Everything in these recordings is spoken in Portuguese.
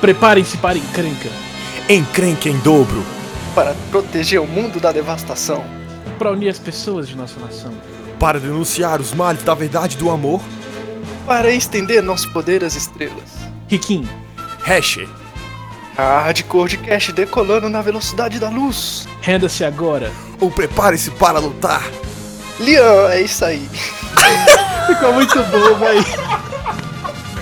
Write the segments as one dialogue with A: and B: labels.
A: Preparem-se para encrenca.
B: Encrenca em dobro.
C: Para proteger o mundo da devastação.
A: Para unir as pessoas de nossa nação.
B: Para denunciar os males da verdade do amor.
C: Para estender nosso poder às estrelas.
A: Riquim.
B: Hash.
C: A Hardcore de Cash decolando na velocidade da luz.
A: Renda-se agora.
B: Ou prepare-se para lutar.
C: Lian, é isso aí.
A: Ficou muito bom, velho.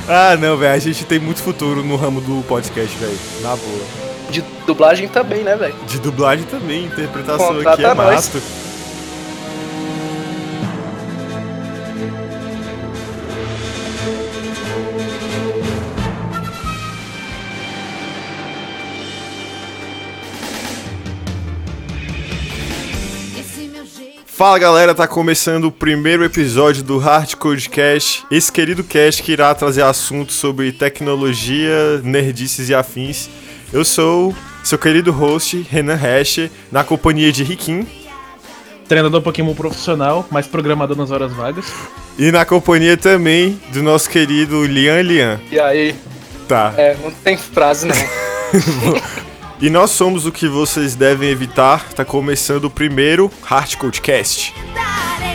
B: Ah, não, velho. A gente tem muito futuro no ramo do podcast, velho. Na boa.
C: De dublagem também, né, velho?
B: De dublagem também, interpretação
C: Contrata
B: aqui é
C: nós.
B: massa.
D: Esse meu jeito
B: Fala galera, tá começando o primeiro episódio do Hardcode Cast, esse querido cast que irá trazer assuntos sobre tecnologia, nerdices e afins. Eu sou seu querido host, Renan Hash, na companhia de Riquim
A: Treinador Pokémon profissional, mas programador nas horas vagas.
B: e na companhia também do nosso querido Lian Lian.
C: E aí,
B: Tá.
C: é, não tem frase não.
B: E nós somos o que vocês devem evitar, tá começando o primeiro Hardcode Cast.
D: é darei.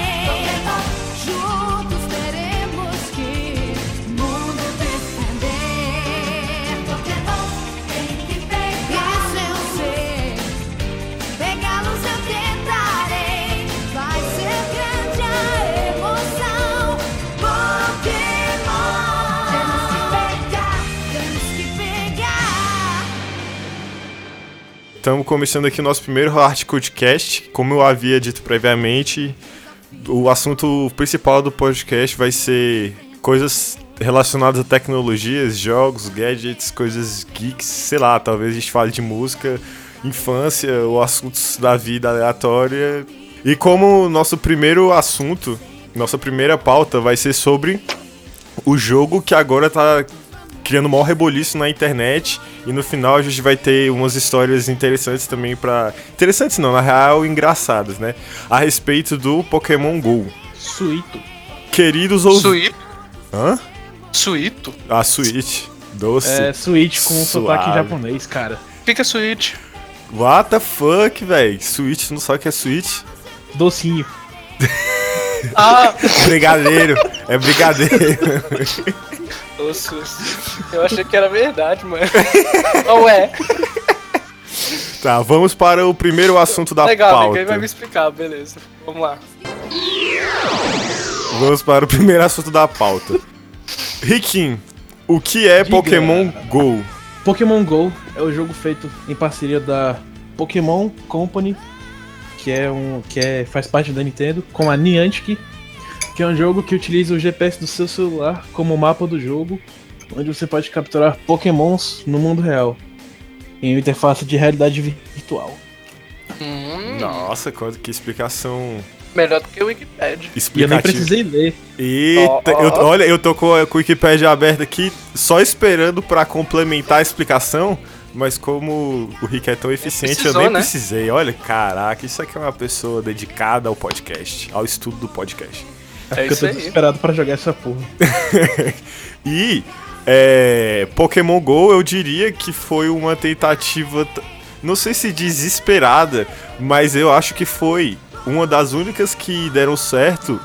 D: Juntos teremos que o mundo defender. Porque não tem que pegar seu ser. Pegá-los eu tentarei. Vai ser grande a emoção. Pokémon. Temos que pegar, temos que pegar.
B: Estamos começando aqui o nosso primeiro Hardcode Cast. Como eu havia dito previamente, o assunto principal do podcast vai ser coisas relacionadas a tecnologias, jogos, gadgets, coisas geeks, sei lá, talvez a gente fale de música, infância ou assuntos da vida aleatória. E como nosso primeiro assunto, nossa primeira pauta vai ser sobre o jogo que agora tá criando o maior reboliço na internet e no final a gente vai ter umas histórias interessantes também pra... interessantes não, na real engraçadas, né? A respeito do Pokémon Go.
A: Suíto.
B: Queridos ouvintes,
C: Suíto?
B: Hã?
C: Suíto?
B: A Switch. Doce.
A: É, Switch com um
B: Suave.
A: sotaque japonês, cara.
C: Fica suíte.
B: What the fuck, velho? Switch, tu não sabe o que é Switch?
A: Docinho.
C: Ah,
B: Brigadeiro. é brigadeiro.
C: ô, suíte. Eu achei que era verdade, mano. Ou é?
B: tá, vamos para o primeiro assunto da
C: Legal,
B: pauta.
C: ninguém vai me explicar, beleza. Vamos lá.
B: Vamos para o primeiro assunto da pauta. Riquim, o que é
A: Diga.
B: Pokémon Go?
A: Pokémon Go é o jogo feito em parceria da Pokémon Company, que é um que é, faz parte da Nintendo, com a Niantic, que é um jogo que utiliza o GPS do seu celular como mapa do jogo, onde você pode capturar Pokémons no mundo real, em uma interface de realidade vi- virtual.
B: Nossa, quanto que explicação
C: Hum, Melhor do que o Wikipedia.
A: E eu nem
B: explicativa.
A: precisei ler.
B: Eita,
C: Ó, ó,
B: eu-
C: ó.
B: olha, eu tô com a, com a Wikipédia aberta aqui, só esperando pra complementar a explicação, mas como o Rick é tão eficiente,
C: precisou,
B: eu nem
C: né?
B: precisei. Olha, caraca, isso aqui é uma pessoa dedicada ao podcast, ao estudo do podcast.
C: É
A: Porque eu
C: isso
A: tô
C: aí.
A: desesperado pra jogar essa porra.
B: E é, Pokémon GO eu diria que foi uma tentativa, t- não sei se desesperada, mas eu acho que foi uma das únicas que deram certo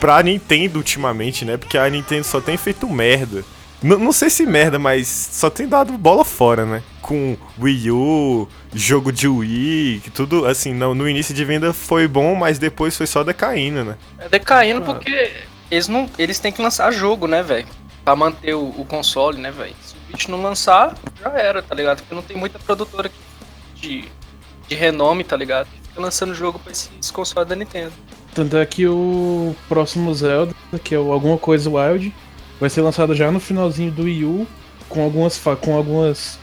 B: pra Nintendo ultimamente, né? Porque a Nintendo só tem feito merda. N- não sei se merda, mas só tem dado bola fora, né? Com Wii U, jogo de Wii, que tudo assim, não, no início de venda foi bom, mas depois foi só decaindo, né?
C: É decaindo
A: Claro.
C: porque eles não, eles têm que lançar jogo, né, velho? Pra manter o, o console, né, velho? Se o bicho não lançar, já era, tá ligado? Porque não tem muita produtora aqui de, de renome, tá ligado? Que Fica lançando jogo pra esses consoles da Nintendo.
A: Tanto é que o próximo Zelda, que é o Alguma Coisa Wild, vai ser lançado já no finalzinho do Wii U, com algumas, fa- com algumas,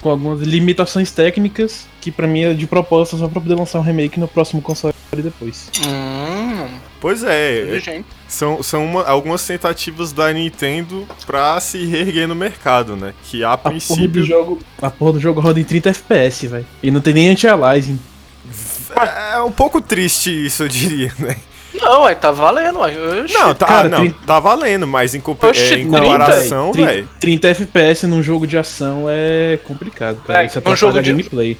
A: com algumas limitações técnicas, que pra mim é de proposta só pra poder lançar um remake no próximo console depois.
C: Hum,
B: Pois é,
C: gente.
B: São, são uma- algumas tentativas da Nintendo pra se reerguer no mercado, né? Que a
A: A porra do
B: princípio
A: jogo, a porra do jogo roda em 30 FPS, velho. E não tem nem anti-aliasing.
B: é um pouco triste isso, eu diria, né?
C: Não, ué, tá valendo, ué. Oxi.
B: Não, tá,
A: cara,
B: não,
A: trinta-
B: tá valendo, mas em, compa-
C: Oxe,
B: é, em
C: não,
B: comparação,
A: Trin-
B: velho.
A: 30 FPS num jogo de ação é complicado, cara.
C: É,
A: isso
C: num
A: atrapalha
C: jogo
A: a
C: de-
A: gameplay.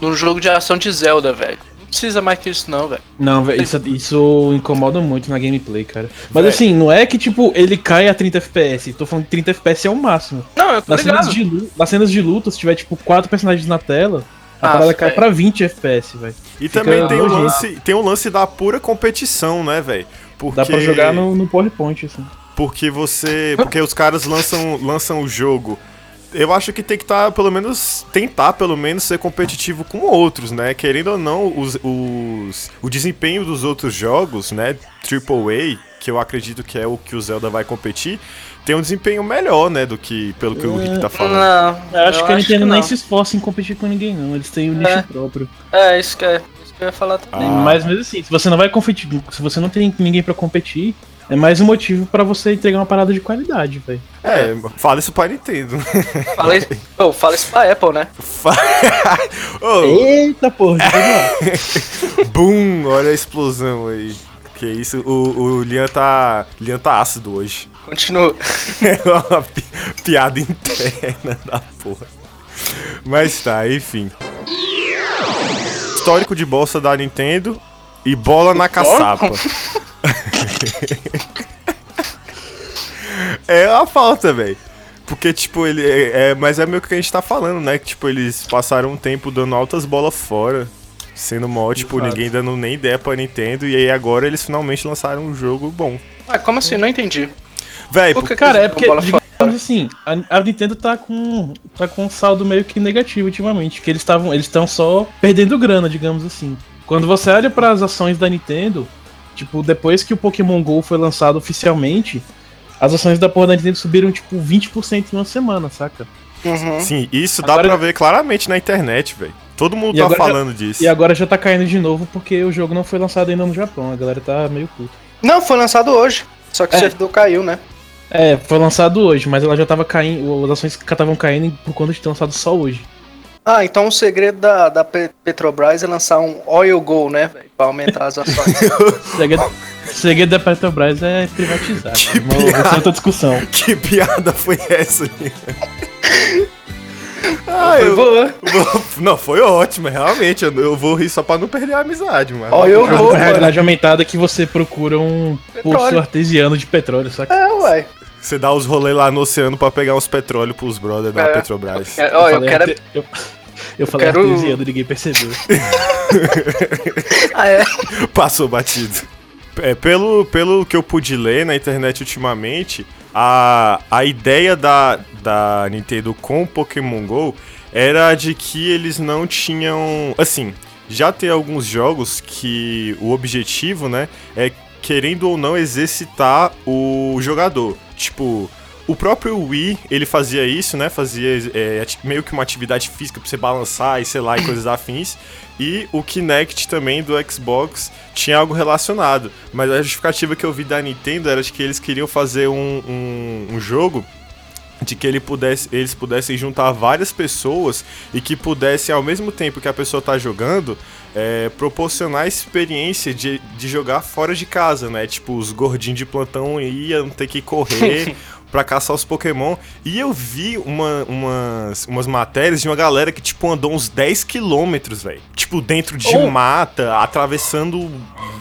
C: Num jogo de ação de Zelda, velho. Não precisa mais que isso, não, velho.
A: Não, velho, isso, isso incomoda muito na gameplay, cara. Mas
B: Véi.
A: assim, não é que tipo, ele cai a 30 FPS. Tô falando que 30 FPS é o máximo.
C: Não, eu tô
A: Nas cenas,
C: Tá ligado.
A: de, lu- nas cenas de luta, se tiver tipo quatro personagens na tela, a
C: Ah,
A: parada cai
C: véi.
A: pra 20 FPS, velho.
B: E
A: Fica
B: também tem o,
A: nojento.
B: lance, tem o lance da pura competição, né, velho? Porque...
A: Dá pra jogar no, no PowerPoint, assim.
B: Porque você. Porque os caras lançam, lançam o jogo. Eu acho que tem que estar, pelo menos. Tentar, pelo menos, ser competitivo com outros, né? Querendo ou não, os, os, o desempenho dos outros jogos, né? AAA, que eu acredito que é o que o Zelda vai competir, tem um desempenho melhor, né? Do que pelo que o Rick tá falando.
A: Eu
C: Não,
A: É, acho que a Nintendo
C: não.
A: nem se esforça em competir com ninguém, não. Eles têm o nicho
C: É.
A: próprio.
C: É, isso que, é, isso que eu ia falar também.
B: Ah.
A: Mas mesmo assim, se você não vai competir, se você não tem ninguém pra competir, é mais um motivo pra você entregar uma parada de qualidade, velho.
B: É, fala isso pra Nintendo.
A: Ah.
C: Fala isso, pô, fala isso pra Apple, né?
B: Fa- Ô,
A: Eita porra, vamos lá.
B: Oh, boom! Olha a explosão aí. Que isso, o, o Lian tá. Lian tá ácido hoje.
C: Continua.
B: É uma pi- piada interna da porra. Mas tá, enfim. Histórico de bolsa da Nintendo e bola na caçapa. é uma falta, velho. Porque, tipo, ele. É, é- mas é meio que o que a gente tá falando, né? Que, tipo, eles passaram um tempo dando altas bolas fora. Sendo mó, tipo,
A: fato.
B: ninguém dando nem ideia pra Nintendo. E aí agora eles finalmente lançaram um jogo bom.
C: Ah, como assim? Não entendi.
B: Véi,
C: Por que
A: Cara, é
C: eles
A: porque,
C: jogam bola fora?
A: digamos assim, a, a Nintendo tá com, tá com um saldo meio que negativo ultimamente, que eles estavam, eles estão só perdendo grana, digamos assim. Quando você olha para as ações da Nintendo, tipo, depois que o Pokémon GO foi lançado oficialmente, as ações da porra da Nintendo subiram tipo 20% em uma semana, saca?
C: Uhum.
B: Sim, isso dá
A: Agora-
B: pra ver claramente na internet, velho. Todo mundo
A: E
B: tá
A: agora-
B: falando disso.
A: E agora já tá caindo de novo porque o jogo não foi lançado ainda no Japão, a galera tá meio puta.
C: Não, foi lançado hoje. Só que
A: É.
C: o servidor caiu, né?
A: É, foi lançado hoje, mas ela já tava caindo, as ações estavam caindo por conta de ter lançado só hoje.
C: Ah, então o segredo da, da Pe- Petrobras é lançar um Oil Go, né, velho? Pra aumentar as ações.
A: Segredo, segredo da Petrobras é privatizar.
B: Que
A: cara. Uma- Essa é outra discussão.
B: Que piada foi essa, Linha? ah,
C: Foi
B: eu vou...
C: boa.
B: Não, foi ótimo, realmente. Eu, eu vou rir só pra não perder a amizade, mano.
C: Ó, eu-
A: É
C: vou,
A: uma realidade aumentada é que você procura um poço
C: Petróleo.
A: artesiano de petróleo, saca?
C: É, ué.
B: Você dá os rolês lá no oceano pra pegar uns petróleo pros brother da
C: É.
B: Petrobras.
C: É, ó, eu
A: falei
C: quero.
A: arte- eu- eu falei
C: quero-
A: artesiano, ninguém percebeu.
C: Ah, é.
B: Passou batido. É, pelo, pelo que eu pude ler na internet ultimamente, a, a ideia da, da Nintendo com o Pokémon GO era de que eles não tinham. Assim, já tem alguns jogos que o objetivo, né, é querendo ou não exercitar o jogador. Tipo, o próprio Wii, ele fazia isso, né? Fazia é, ati- meio que uma atividade física pra você balançar e sei lá, e coisas afins. E o Kinect também do Xbox tinha algo relacionado. Mas a justificativa que eu vi da Nintendo era de que eles queriam fazer um, um, um jogo de que ele pudesse, eles pudessem juntar várias pessoas e que pudessem, ao mesmo tempo que a pessoa tá jogando, é, proporcionar a experiência de, de jogar fora de casa, né? Tipo, os gordinhos de plantão iam ter que correr pra caçar os Pokémon. E eu vi uma- umas, umas matérias de uma galera que, tipo, andou uns 10 quilômetros, velho. Tipo, dentro de
C: Oh.
B: mata, atravessando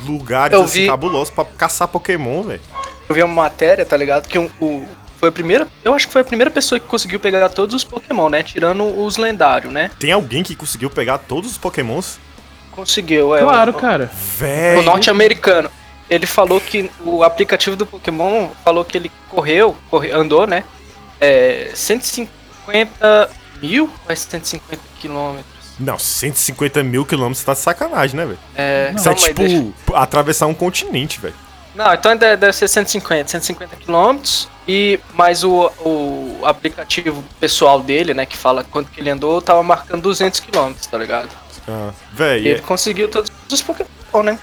B: lugares
C: Eu
B: assim,
C: vi.
B: cabulosos pra caçar Pokémon, velho.
C: Eu vi uma matéria, tá ligado? Que um- o, foi a primeira. Eu acho que foi a primeira pessoa que conseguiu pegar todos os Pokémon, né? Tirando os lendários, né?
B: Tem alguém que conseguiu pegar todos os Pokémons?
C: Conseguiu, é.
A: Claro,
C: o,
A: cara.
B: Velho.
C: O norte-americano. Ele falou que o aplicativo do Pokémon falou que ele correu, corre, andou, né? É, 150 mil ou é 150 quilômetros?
B: Não, 150 mil quilômetros tá de sacanagem, né, velho?
C: É,
B: Isso é
C: calma aí,
B: tipo
C: deixa-
B: atravessar um continente, velho.
C: Não, então de- deve ser 150, 150 quilômetros. E mais o, o aplicativo pessoal dele, né, que fala quanto que ele andou, tava marcando 200 quilômetros, tá ligado?
B: Ah,
C: E é. ele
B: velho,
C: conseguiu todos os Pokémon, né?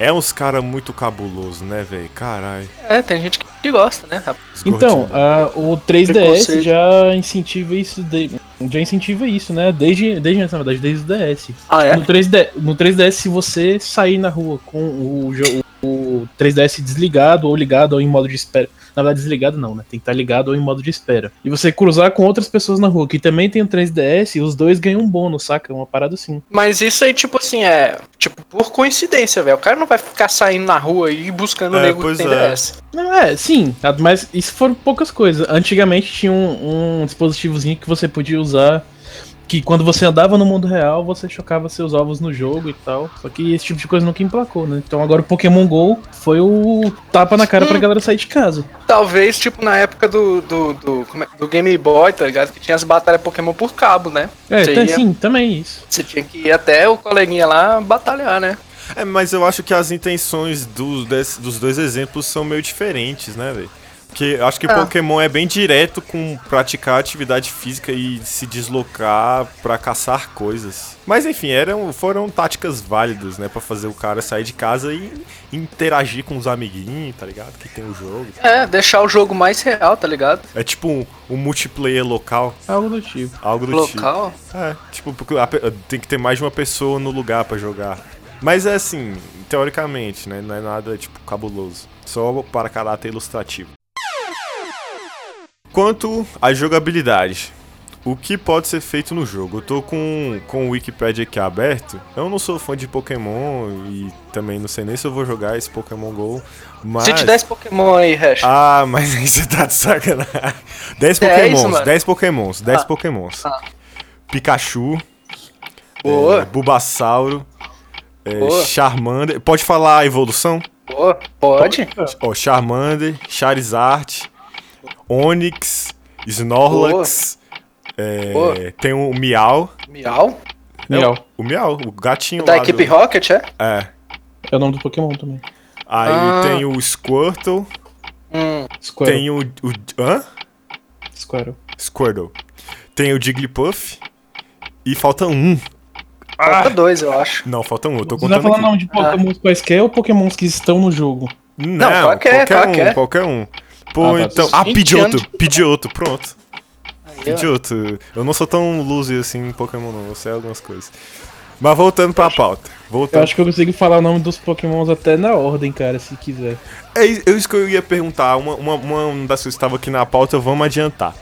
B: é, é uns cara muito cabuloso, né, velho? Caralho.
C: É, tem gente que que gosta, né? rapaz?
B: Os
A: Então,
B: gordinhos.
A: a- o 3DS
C: Preconceito.
A: já incentiva isso, de- já incentiva isso, né? Desde, desde antes, na verdade, desde o DS.
C: Ah,
A: No 3D, no 3DS, se você sair na rua com o, jo- o 3DS desligado ou ligado ou em modo de espera. Na verdade, desligado não, né? Tem que estar ligado ou em modo de espera. E você cruzar com outras pessoas na rua que também tem o 3DS e os dois ganham um bônus, saca? Uma parada assim.
C: Mas isso aí, tipo assim, é. Tipo, por coincidência, velho. O cara não vai ficar saindo na rua e buscando o
B: É,
C: nego que
B: pois
C: tem
B: é.
C: DS.
A: Não, é, sim, mas isso foram poucas coisas. Antigamente tinha um, um dispositivozinho que você podia usar. Que quando você andava no mundo real, você chocava seus ovos no jogo e tal. Só que esse tipo de coisa nunca emplacou, né? Então agora o Pokémon GO foi o tapa na
B: Hum.
A: cara pra galera sair de casa.
C: Talvez, tipo, na época do, do, do, como é- do Game Boy, tá ligado? Que tinha as batalhas Pokémon por cabo, né?
A: É,
C: Você
A: tá-
C: ia-
A: sim, também isso.
C: Você tinha que ir até o coleguinha lá batalhar, né?
B: É, mas eu acho que as intenções dos, des- dos dois exemplos são meio diferentes, né, velho? Porque eu acho que
C: Ah.
B: Pokémon é bem direto com praticar atividade física e se deslocar pra caçar coisas. Mas enfim, eram, foram táticas válidas, né, Pra fazer o cara sair de casa e interagir com os amiguinhos, tá ligado? Que tem o jogo.
C: É, deixar o jogo mais real, tá ligado?
B: É tipo um, um multiplayer local,
A: Algo do tipo.
B: algo do tipo.
C: Local.
B: É, tipo, porque a pe- tem que ter mais de uma pessoa no lugar pra jogar. Mas é assim, teoricamente, né? Não é nada, tipo, cabuloso. Só para caráter ilustrativo. Quanto à jogabilidade. O que pode ser feito no jogo? Eu tô com, com o Wikipedia aqui aberto. Eu não sou fã de Pokémon e também não sei nem se eu vou jogar esse Pokémon GO. Mas...
C: Se te desse Pokémon aí, Hash.
B: Ah, mas aí você tá de sacanagem. 10
C: É isso,
B: pokémons,
C: mano.
B: 10 pokémons, 10 pokémons.
C: Ah.
B: Pikachu, é,
C: boa,
B: Bulbasauro, é,
C: Boa.
B: Charmander. Pode falar a evolução?
C: boa.
A: É,
C: Pode?
B: Ó, Charmander, Charizard, Onix, Snorlax, é,
C: Boa.
B: tem o Miau.
C: Miau?
B: É,
A: Legal.
B: o Miau, o gatinho
C: Da
B: lá
C: equipe
B: do...
C: Rocket, é?
B: É.
A: É o nome do Pokémon também.
B: Aí
C: Ah.
B: tem o Squirtle,
C: Hum,
A: Squirtle.
B: tem o... o... Hã?
A: Squirtle.
B: Squirtle. Tem o Jigglypuff. E falta um.
C: falta dois, eu acho.
B: Não, falta um. Eu tô
A: Você tá vai
B: contando
A: falar
B: aqui. Ah.
A: nome de Pokémon quaisquer ou Pokémons que estão no jogo?
B: Não,
C: qualquer,
B: qualquer, um,
C: qualquer.
B: qualquer um. Pô,
A: Ah, tá.
B: então... Ah,
C: 20
B: Pidgeotto.
C: anos.
B: Pidgeotto, pronto.
C: Aí, ó.
B: Pidgeotto. Eu não sou tão loser assim em Pokémon, não. Eu sei algumas coisas. Mas voltando pra pauta.
A: Eu
B: Voltando...
A: acho que eu consigo falar o nome dos Pokémons até na ordem, cara, se quiser.
B: É isso é isso que eu ia perguntar. Uma, uma, uma das coisas que estava aqui na pauta, vamos adiantar.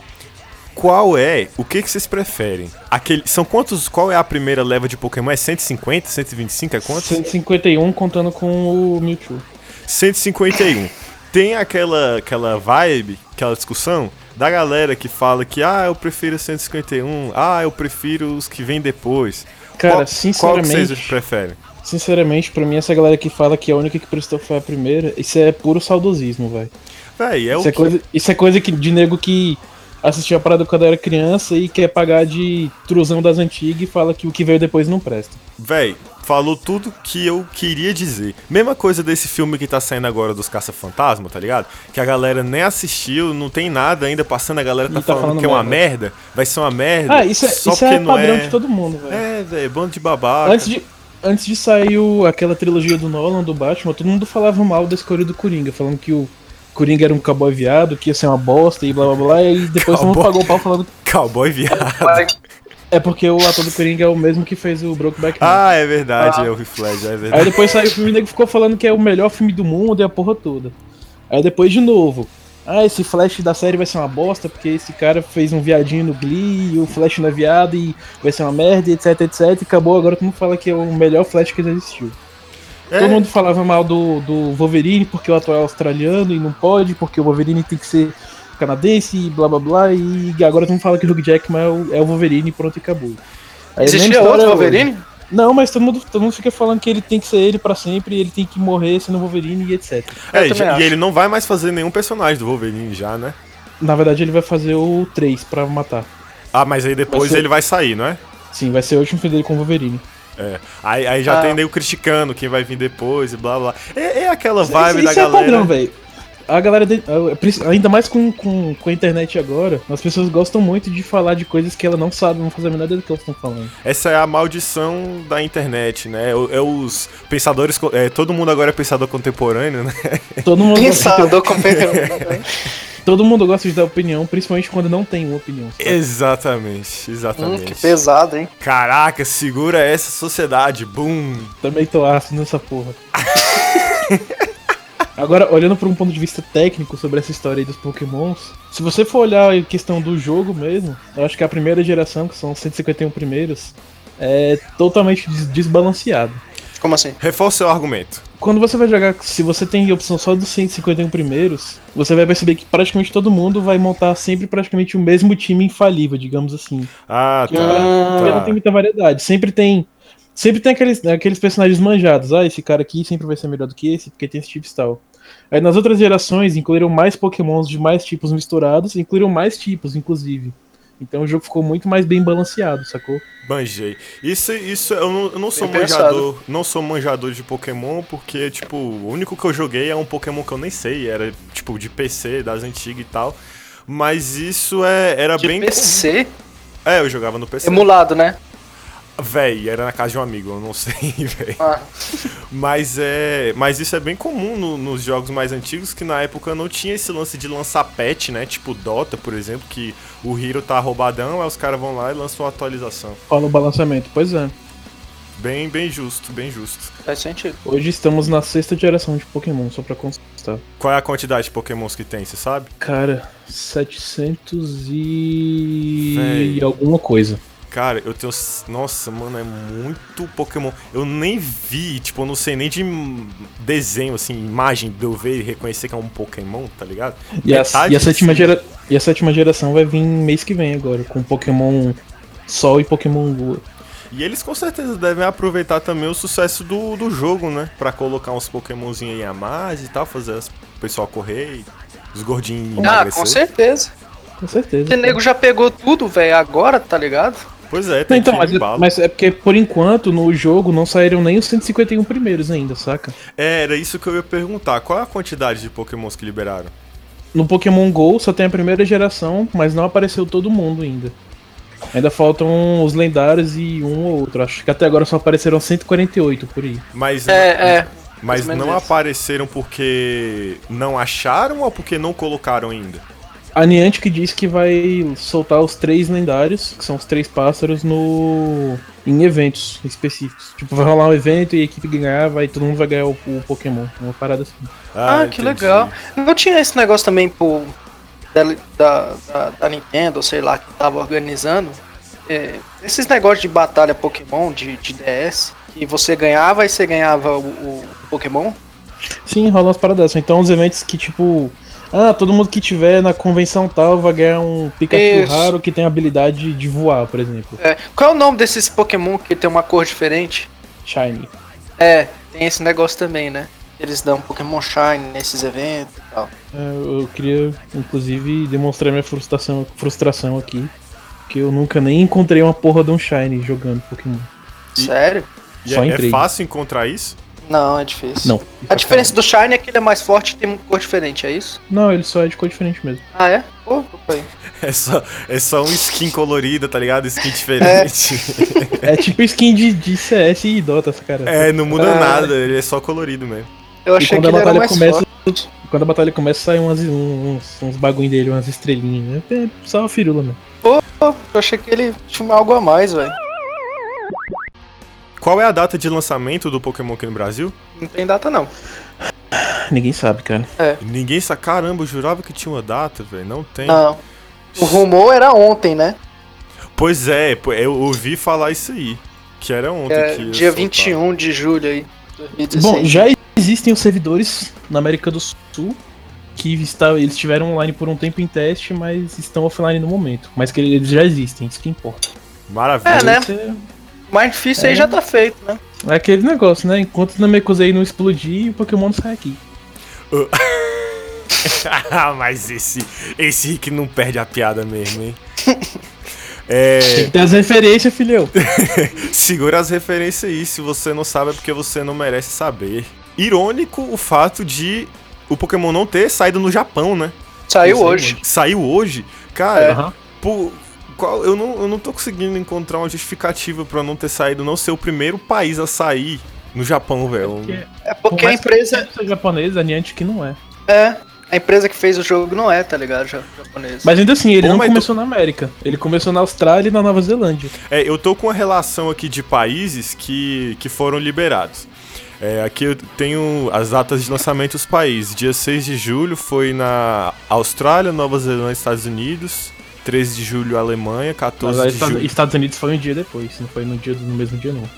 B: Qual é... O que, que vocês preferem? Aquele, são quantos... Qual é a primeira leva de Pokémon? É 150? 125? É quantos?
A: 151 contando com o Mewtwo.
B: 151. Tem aquela, aquela vibe, aquela discussão da galera que fala que ah, eu prefiro 151, ah, eu prefiro os que vêm depois.
A: Cara,
B: qual, Qual que
A: sinceramente-
B: vocês preferem?
A: Sinceramente, pra mim, essa galera que fala que é a única que prestou foi a primeira, isso é puro saudosismo, velho.
B: Véi, é o
A: Isso, é
B: que-
A: coisa- isso é coisa que, de nego que assistiu a parada quando era criança e quer pagar de truzão das antigas e fala que o que veio depois não presta.
B: Véi, falou tudo que eu queria dizer. Mesma coisa desse filme que tá saindo agora dos Caça-Fantasma, tá ligado? Que a galera nem assistiu, não tem nada ainda passando, a galera tá,
A: E tá
B: falando,
A: falando
B: que é uma merda.
A: merda.
B: vai ser uma merda.
A: Ah, isso é,
B: só
A: isso
B: porque
A: é
B: não
A: padrão
B: é.
A: de todo mundo, velho.
B: É, véi, bando de babaca.
A: Antes de, antes de sair o- aquela trilogia do Nolan, do Batman, todo mundo falava mal da escolha do Coringa, falando que o Coringa era um cowboy viado, que ia ser uma bosta e blá blá blá, e depois todo mundo
B: Cowboy.
A: pagou o pau falando.
B: Cowboy viado.
C: Vai.
A: É porque o ator do Coringa é o mesmo que fez o Brokeback Mountain.
B: Ah, é verdade, é o Reflex, é verdade.
A: Aí depois saiu o filme e o nego ficou falando que é o melhor filme do mundo e a porra toda. Aí depois de novo. Ah, esse Flash da série vai ser uma bosta, porque esse cara fez um viadinho no Glee, e o Flash não é viado, e vai ser uma merda, e etc, etc, e acabou, agora todo mundo fala que é o melhor Flash que já existiu.
B: É,
A: Todo mundo falava mal do, do Wolverine porque o atual é australiano e não pode, porque o Wolverine tem que ser canadense e blá blá blá. E agora todo mundo fala que o Hugh Jackman é o, é o Wolverine e pronto, e acabou. Aí, mesma
C: Existia
A: história
C: outro
A: hoje.
C: Wolverine?
A: Não, mas todo mundo, todo mundo fica falando que ele tem que ser ele pra sempre, ele tem que morrer sendo Wolverine e etc.
B: é,
C: Eu também
B: já- e
C: acho.
B: ele não vai mais fazer nenhum personagem do Wolverine já, né?
A: Na verdade, ele vai fazer o 3 pra matar.
B: Ah, mas aí depois
A: Você-
B: ele vai sair, não é?
A: Sim, vai ser o último filme dele com o Wolverine.
B: É. Aí, aí já
C: Ah.
B: tem nego criticando quem vai vir depois e blá blá. É, é aquela
A: isso,
B: vibe da
A: isso
B: galera.
A: é padrão, velho. A galera, de- a- pri- ainda mais com, com, com a internet agora, as pessoas gostam muito de falar de coisas que ela não sabe, não faz a menor ideia do que elas estão falando.
B: Essa é a maldição da internet, né? É, o- é os pensadores. co- é, todo mundo agora é pensador contemporâneo, né?
A: Todo mundo, gosta,
C: Pensador com Hum,
A: todo mundo gosta de dar opinião, principalmente quando não tem uma opinião. sabe?
B: exatamente, exatamente.
C: Hum,
A: Hum,
C: que pesado, hein?
B: Caraca, segura essa sociedade. Boom!
A: Também tô ácido nessa porra. Agora, olhando por um ponto de vista técnico sobre essa história aí dos Pokémons, se você for olhar a questão do jogo mesmo, eu acho que a primeira geração, que são 151 primeiros, é totalmente des- desbalanceado.
C: Como assim?
B: Reforça seu argumento.
A: Quando você vai jogar, se você tem a opção só dos 151 primeiros, você vai perceber que praticamente todo mundo vai montar sempre praticamente o mesmo time infalível, digamos assim.
B: Ah,
A: Que Porque não
B: tá.
A: tem
B: tá.
A: muita variedade. Sempre tem. Sempre tem aqueles, aqueles personagens manjados. Ah, esse cara aqui sempre vai ser melhor do que esse, porque tem esse tipo e tal. Aí nas outras gerações incluíram mais pokémons de mais tipos misturados, incluíram mais tipos, inclusive. Então o jogo ficou muito mais bem balanceado, sacou?
B: Banjei. Isso, isso eu não, eu não sou
C: Bem
B: manjador. Não sou manjador de Pokémon, porque, tipo, o único que eu joguei é um Pokémon que eu nem sei. Era, tipo, de PC, das antigas e tal. Mas isso é, era
C: De
B: bem.
C: PC?
B: É, eu jogava no PC.
C: Emulado, né?
B: Véi, era na casa de um amigo, eu não sei, véi.
C: Ah,
B: Mas é. Mas isso é bem comum no- nos jogos mais antigos, que na época não tinha esse lance de lançar patch, né? Tipo Dota, por exemplo, que o Hero tá roubadão, aí os caras vão lá e lançam uma atualização.
A: Fala o balanceamento. Pois é.
B: Bem, bem justo, bem justo.
C: faz sentido.
A: Hoje estamos na sexta geração de Pokémon, só pra constar.
B: Qual é a quantidade de pokémons que tem, você sabe?
A: Cara, 700 e.
B: Véi.
A: e alguma coisa.
B: Cara, eu tenho. Nossa, mano, é muito Pokémon. Eu nem vi, tipo, eu não sei nem de im- desenho, assim, imagem de eu ver e reconhecer que é um Pokémon, tá ligado?
A: E a,
B: Metade assim,
A: e a
B: disso-
A: sétima gera- e a sétima geração vai vir mês que vem agora, com Pokémon Sol e Pokémon Lua.
B: E eles com certeza devem aproveitar também o sucesso do, do jogo, né? Pra colocar uns Pokémonzinhos aí a mais e tal, fazer as- o pessoal correr, e os gordinhos
C: Ah, com
B: emagrecer.
C: certeza.
A: Com certeza.
C: Esse nego já pegou tudo, velho, agora, tá ligado?
B: Pois é,
A: Não,
B: tem
A: então,
B: que
A: mas,
B: ir embalo.
A: mas é porque por enquanto no jogo não saíram nem os 151 primeiros ainda, saca?
B: É, era isso que eu ia perguntar. Qual é a quantidade de Pokémons que liberaram?
A: No Pokémon GO só tem a primeira geração, mas não apareceu todo mundo ainda. Ainda faltam os lendários e um ou outro. Acho que até agora só apareceram 148 por aí.
B: Mas,
C: É, é.
B: mas
C: mais ou menos
B: não
C: isso.
B: apareceram porque não acharam ou porque não colocaram ainda?
A: A Niantic disse que vai soltar os três lendários, que são os três pássaros, no em eventos específicos. Tipo, vai rolar um evento e a equipe que ganhar, vai, todo mundo vai ganhar o, o Pokémon. Uma parada assim.
C: Ah, que
B: entendi.
C: legal. Não tinha esse negócio também pro, da, da, da, da Nintendo, sei lá, que tava organizando. É, esses negócios de batalha Pokémon, de, de DS, que você ganhava e você ganhava o, o Pokémon.
A: Sim, rola umas paradas. dessas. Então, os eventos que, tipo. Ah, todo mundo que tiver na convenção tal vai ganhar um Pikachu
C: Isso.
A: raro que tem a habilidade de voar, por exemplo.
C: É, qual é o nome desses Pokémon que tem uma cor diferente?
A: Shiny.
C: É, tem esse negócio também, né? Eles dão Pokémon Shine nesses eventos e tal.
A: É, Eu queria, inclusive, demonstrar minha frustração, frustração aqui. Que eu nunca nem encontrei uma porra de um Shiny jogando Pokémon.
C: Sério?
B: E
A: Só
B: é- é,
A: entrei.
B: fácil encontrar isso?
C: Não, é difícil.
A: Não.
C: A diferença do Shine é que ele é mais forte e tem uma cor diferente, é isso?
A: Não, ele só é de cor diferente mesmo.
C: Ah, é? Pô, opa aí.
B: É só, é só um skin colorida, tá ligado? Skin diferente.
A: É tipo skin de, de CS e Dota, essa cara.
B: É, não muda
C: Ah.
B: nada, ele é só colorido mesmo.
C: Eu
A: e
C: achei
A: quando
C: que
A: a
C: ele era
A: batalha
C: mais
A: começa.
C: forte.
A: Quando a batalha começa, sai umas, uns, uns bagulho dele, umas estrelinhas. né? É só uma firula, mano.
C: Pô, eu achei que ele tinha algo a mais, velho.
B: Qual é a data de lançamento do Pokémon aqui no Brasil?
C: Não tem data, não. Ah,
A: Ninguém sabe, cara.
B: Ninguém sa... Caramba, eu jurava que tinha uma data, velho. Não tem.
C: Não. Ah, O rumor era ontem, né?
B: Pois é, pô, eu ouvi falar isso aí. Que era ontem.
C: É,
B: que ia
C: dia
B: soltar.
C: 21 de julho aí. 2016.
A: Bom, já existem os servidores na América do Sul que está, eles estiveram online por um tempo em teste, mas estão offline no momento. Mas que eles já existem, isso que importa.
B: Maravilha.
C: É, né?
A: Isso é-
C: O mais difícil aí
A: É.
C: já tá feito, né?
A: É aquele negócio, né? Enquanto o Namekusei não explodir, o Pokémon não sai aqui.
B: Ah, Mas esse, esse Rick não perde a piada mesmo, hein? É,
A: Tem que ter as referências, filhão.
B: segura as referências aí. Se você não sabe, é porque você não merece saber. Irônico o fato de o Pokémon não ter saído no Japão, né?
C: Saiu
A: Isso aí,
C: hoje.
B: Saiu hoje.
C: É.
B: Cara,
A: Aham.
B: Pô, qual, eu, não, eu não tô conseguindo encontrar uma justificativa pra não ter saído, não ser o primeiro país a sair no Japão, velho.
A: Porque-
C: É porque
A: por
C: a
A: mais que
C: empresa.
A: seja japonesa, a Niantic não é.
C: É. A empresa que fez o jogo não é, tá ligado? Ja- Japonesa.
A: Mas ainda assim, ele
B: Pô,
A: não
B: mas
A: começou na América. Ele começou na Austrália e na Nova Zelândia.
B: É, eu tô com a relação aqui de países que, que foram liberados. É, aqui eu tenho as datas de lançamento dos países. Dia 6 de julho foi na Austrália, Nova Zelândia e Estados Unidos. 13 de julho, Alemanha.
A: Mas
B: 14
A: aí,
B: de
A: Estados,
B: julho.
A: Estados Unidos foi um dia depois, não foi no, dia, do- no mesmo dia, não.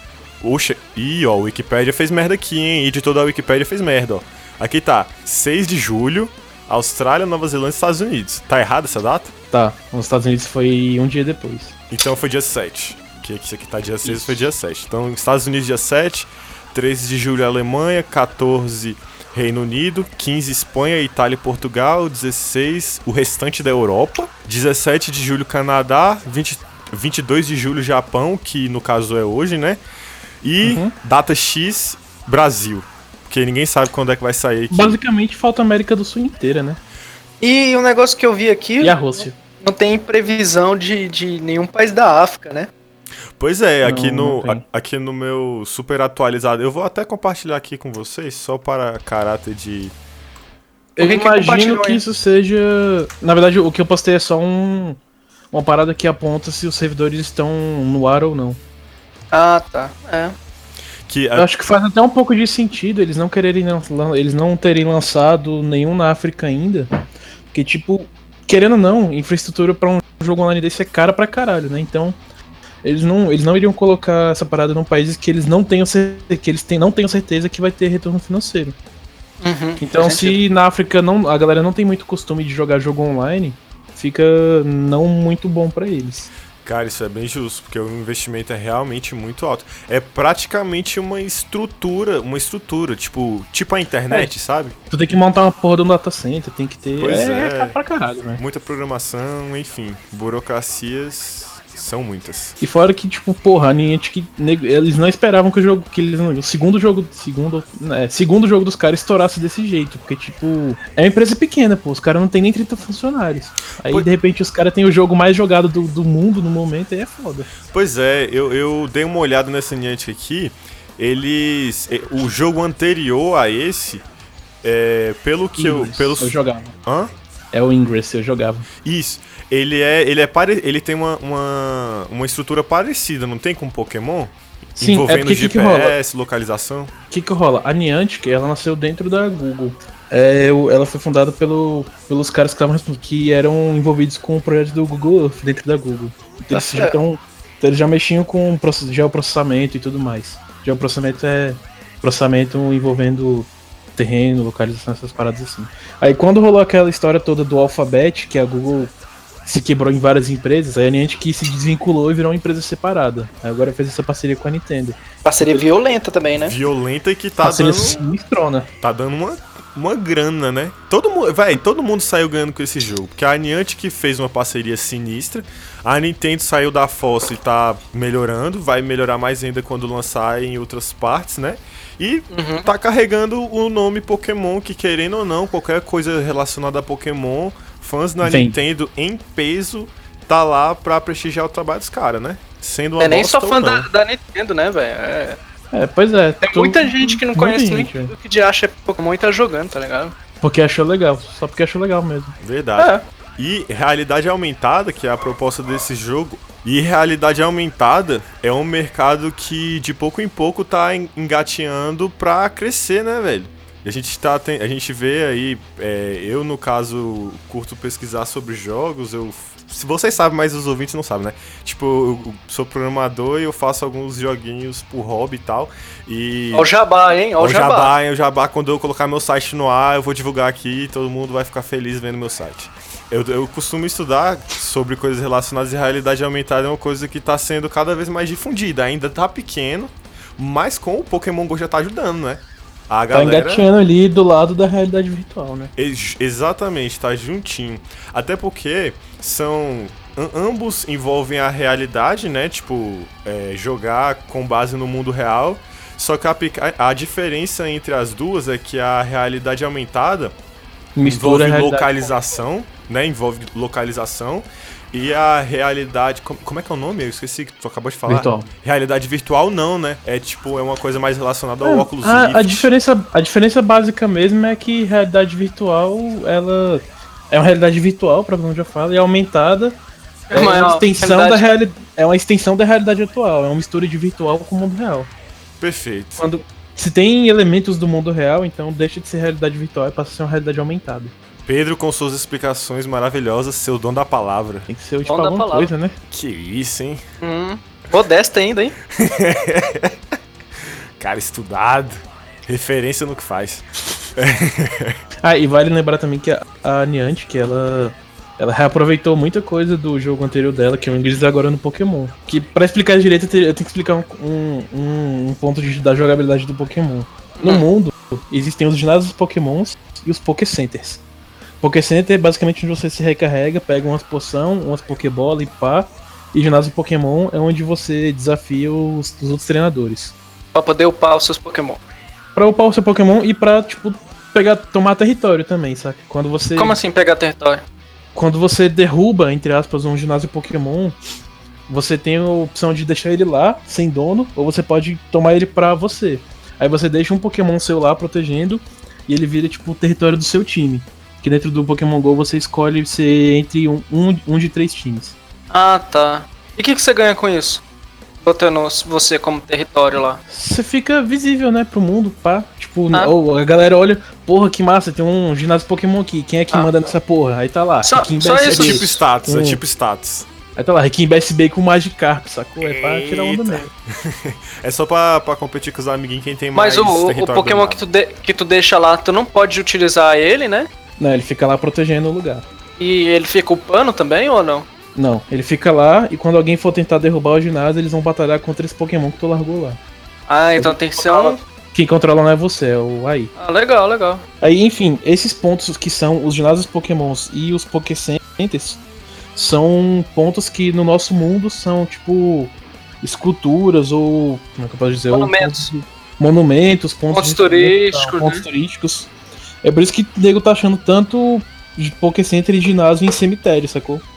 B: Oxa, ih, ó, a Wikipédia fez merda aqui, hein? Editor da Wikipédia fez merda, ó. Aqui tá, 6 de julho, Austrália, Nova Zelândia e Estados Unidos. Tá errada essa data?
A: Tá, nos Estados Unidos foi um dia depois.
B: Então foi dia 7. Que isso aqui tá dia 6, foi dia 7. Então, Estados Unidos dia 7, 13 de julho Alemanha, 14 Reino Unido, 15 Espanha, Itália e Portugal, 16 o restante da Europa, 17 de julho Canadá, 20, 22 de julho Japão, que no caso é hoje, né? E
A: Uhum.
B: data X Brasil. Porque ninguém sabe quando é que vai sair aqui.
A: Basicamente falta a América do Sul inteira, né?
C: E um negócio que eu vi aqui.
A: E a Rússia.
C: Não tem previsão de, de nenhum país da África, né?
B: Pois é,
A: Não,
B: aqui,
A: não
B: no, a-
A: tem.
B: aqui no meu super atualizado. Eu vou até compartilhar aqui com vocês, só para caráter de.
A: Eu
C: Alguém que
A: imagino
C: compartilhou,
A: que
C: hein?
A: isso seja. Na verdade, o que eu postei é só um. Uma parada que aponta se os servidores estão no ar ou não.
C: Ah, tá. É.
B: Que é,
A: Eu acho que faz até um pouco de sentido eles não quererem lan- lan- eles não terem lançado nenhum na África ainda. Porque, tipo, querendo ou não, infraestrutura pra um jogo online desse é cara pra caralho, né? Então, eles não, eles não iriam colocar essa parada num país que eles não tenham certeza, que eles têm, não tenham certeza que vai ter retorno financeiro.
C: Uhum.
A: Então,
C: Faz sentido.
A: se na África não, a galera não tem muito costume de jogar jogo online, fica não muito bom pra eles.
B: Cara, isso é bem justo, porque o investimento é realmente muito alto. É praticamente uma estrutura, uma estrutura, tipo, tipo a
A: É.
B: internet, sabe?
A: Tu tem que montar uma porra de um data center, tem que ter.
B: Pois é.
A: cara pra caralho, né?
B: Muita programação, enfim, burocracias são muitas.
A: E fora que, tipo, porra, a Niantic, nego- eles não esperavam que o jogo, que eles, o segundo jogo, segundo, né, segundo jogo dos caras estourasse desse jeito, porque, tipo, é uma empresa pequena, pô, os caras não tem nem 30 funcionários. Aí,
B: Pô-
A: de repente, os caras têm o jogo mais jogado do, do mundo no momento, aí é foda.
B: Pois é, eu, eu dei uma olhada nessa Niantic aqui. Eles. eh, O jogo anterior a esse, é, pelo que eu.
A: Ingress,
B: Pelo,
A: eu jogava.
B: Hã?
A: É o Ingress, eu jogava.
B: Isso. Ele é. Ele é pare... ele tem uma, uma, uma estrutura parecida, não tem com Pokémon?
A: Sim, é
B: Envolvendo
A: porque que que rola?
B: GPS, localização.
A: O que que rola? A Niantic, ela nasceu dentro da Google. É, o- ela foi fundada pelo, pelos caras que, estavam respons- que eram envolvidos com o projeto do Google Earth dentro da Google. Então, eles, já,
C: certo.
A: tão- então eles já mexiam com process- geoprocessamento e tudo mais. Geoprocessamento é processamento envolvendo terreno, localização, essas paradas assim. Aí quando rolou aquela história toda do Alphabet, que a Google se quebrou em várias empresas, aí a Niantic se desvinculou e virou uma empresa separada. Aí agora fez essa parceria com a Nintendo.
C: Tá Parceria violenta também, né?
B: Violenta e que tá
A: Parceria
B: dando,
A: sinistrona.
B: tá dando uma, uma grana, né? Todo mundo, véi, todo mundo saiu ganhando com esse jogo. Porque a Niantic fez uma parceria sinistra. A Nintendo saiu da fossa e tá melhorando. Vai melhorar mais ainda quando lançar em outras partes, né? E
A: Uhum.
B: tá carregando o nome Pokémon, que querendo ou não, qualquer coisa relacionada a Pokémon, fãs da
A: Vem.
B: Nintendo em peso tá lá pra prestigiar o trabalho dos caras, né? Sendo uma
C: é nem só
B: bosta ou
C: fã
B: não.
C: da, da Nintendo, né, velho? É,
A: É, pois é.
C: tem muita gente que não
A: muita
C: conhece
A: gente,
C: nem
A: velho.
C: o que de acha Pokémon e tá jogando, tá ligado?
A: Porque achou legal, só porque achou legal mesmo. É,
B: Verdade.
C: É,
B: E realidade aumentada, que é a proposta desse jogo, e realidade aumentada é um mercado que de pouco em pouco tá en- engatinhando pra crescer, né, velho? E A gente, tá, ten- a gente vê aí, é, eu no caso curto pesquisar sobre jogos, eu. Se vocês sabem, mas os ouvintes não sabem, né? Tipo, eu sou programador e eu faço alguns joguinhos por hobby e tal. E.
C: Ó o Jabá, hein? Ó
B: Ó
C: É o Jabá.
B: hein? O jabá, quando eu colocar meu site no ar, eu vou divulgar aqui e todo mundo vai ficar feliz vendo meu site. Eu, eu costumo estudar sobre coisas relacionadas à realidade aumentada, é uma coisa que tá sendo cada vez mais difundida. Ainda tá pequeno, mas com o Pokémon GO já tá ajudando, né? A
A: Tá
B: galera.
A: engatinhando ali do lado da realidade virtual, né?
B: Ex- Exatamente, tá juntinho. Até porque são. am- ambos envolvem a realidade, né? Tipo, é, jogar com base no mundo real. Só que a, pica- a diferença entre as duas é que a realidade aumentada
A: Mistura a
B: envolve
A: realidade.
B: localização, né? Envolve localização. E a realidade. com- Como é que é o nome? Eu esqueci que tu acabou de falar.
A: Virtual.
B: Realidade virtual não, né? É tipo, é uma coisa mais relacionada ao
A: É,
B: óculos
A: a, a
B: Rift.
A: diferença, a diferença básica mesmo é que realidade virtual, ela é uma realidade virtual, pra onde eu falo, e aumentada. É uma,
C: Mas, ó,
A: extensão da reali- é uma extensão da realidade atual, é uma mistura de virtual com o mundo real.
B: Perfeito.
A: Quando, Se tem elementos do mundo real, então deixa de ser realidade virtual e passa a ser uma realidade aumentada.
B: Pedro, com suas explicações maravilhosas, seu dom da palavra.
A: Tem que ser tipo
C: Bom da
A: alguma
C: palavra.
A: coisa, né?
B: Que isso, hein?
C: Hum, modesta ainda, hein?
B: Cara estudado. Referência no que faz.
A: Ah, e vale lembrar também que a, a Niantic, ela, ela reaproveitou muita coisa do jogo anterior dela, que eu inglês agora no Pokémon. Que pra explicar direito, eu te- eu tenho que explicar um, um, um ponto de- da jogabilidade do Pokémon. No
C: Hum.
A: mundo, existem os ginásios Pokémons e os Pokécenters. Pokécenter é basicamente onde você se recarrega, pega umas poção, umas Pokébola e pá. E ginásio Pokémon é onde você desafia os- os outros treinadores
C: Pra poder upar os seus Pokémon.
A: pra upar o seu Pokémon e pra, tipo, pegar, tomar território também, saca? Quando você,
C: Como assim pegar território?
A: quando você derruba, entre aspas, um ginásio Pokémon, você tem a opção de deixar ele lá, sem dono, ou você pode tomar ele pra você. Aí você deixa um Pokémon seu lá protegendo e ele vira, tipo, o território do seu time. Que dentro do Pokémon GO você escolhe ser entre um, um, um de três times.
C: Ah, tá. E o que, que você ganha com isso? Botando você como território lá.
A: Você fica visível, né, pro mundo, pá. Tipo,
C: Ah.
A: ou a galera olha, porra, que massa, tem um ginásio Pokémon aqui, quem é que
C: Ah.
A: manda nessa porra? Aí tá lá.
C: Só-
A: Riquim
C: só
A: BSB.
B: É
C: Isso.
B: tipo status, é
A: Hum.
B: tipo status.
A: Aí tá lá, Requiem BSB com Magikarp, sacou? É pra tirar onda
B: Eita.
A: mesmo.
B: É só pra, pra competir com os amiguinhos quem tem
C: Mas
B: mais
C: o, o
B: território
C: Pokémon
B: dominado.
C: que tu, de- que tu deixa lá, tu não pode utilizar ele, né?
A: Não, ele fica lá protegendo o lugar.
C: E ele fica upando também ou não?
A: Não, ele fica lá e quando alguém for tentar derrubar o ginásio, eles vão batalhar contra esse Pokémon que tu largou lá.
C: Ah, então tem que ser um.
A: Quem controla não é você, é o AI.
C: Ah, legal, legal.
A: Aí, enfim, esses pontos que são os ginásios Pokémons e os Pokécenters são pontos que no nosso mundo são tipo esculturas ou. Como é que eu posso dizer? Ou
C: Monumentos.
A: pontos- monumentos, pontos,
C: Pontos
A: de interesse,
C: turísticos, né?
A: Pontos turísticos. É por isso que o nego tá achando tanto de Pokécenter e ginásio em cemitério, sacou?
C: Tá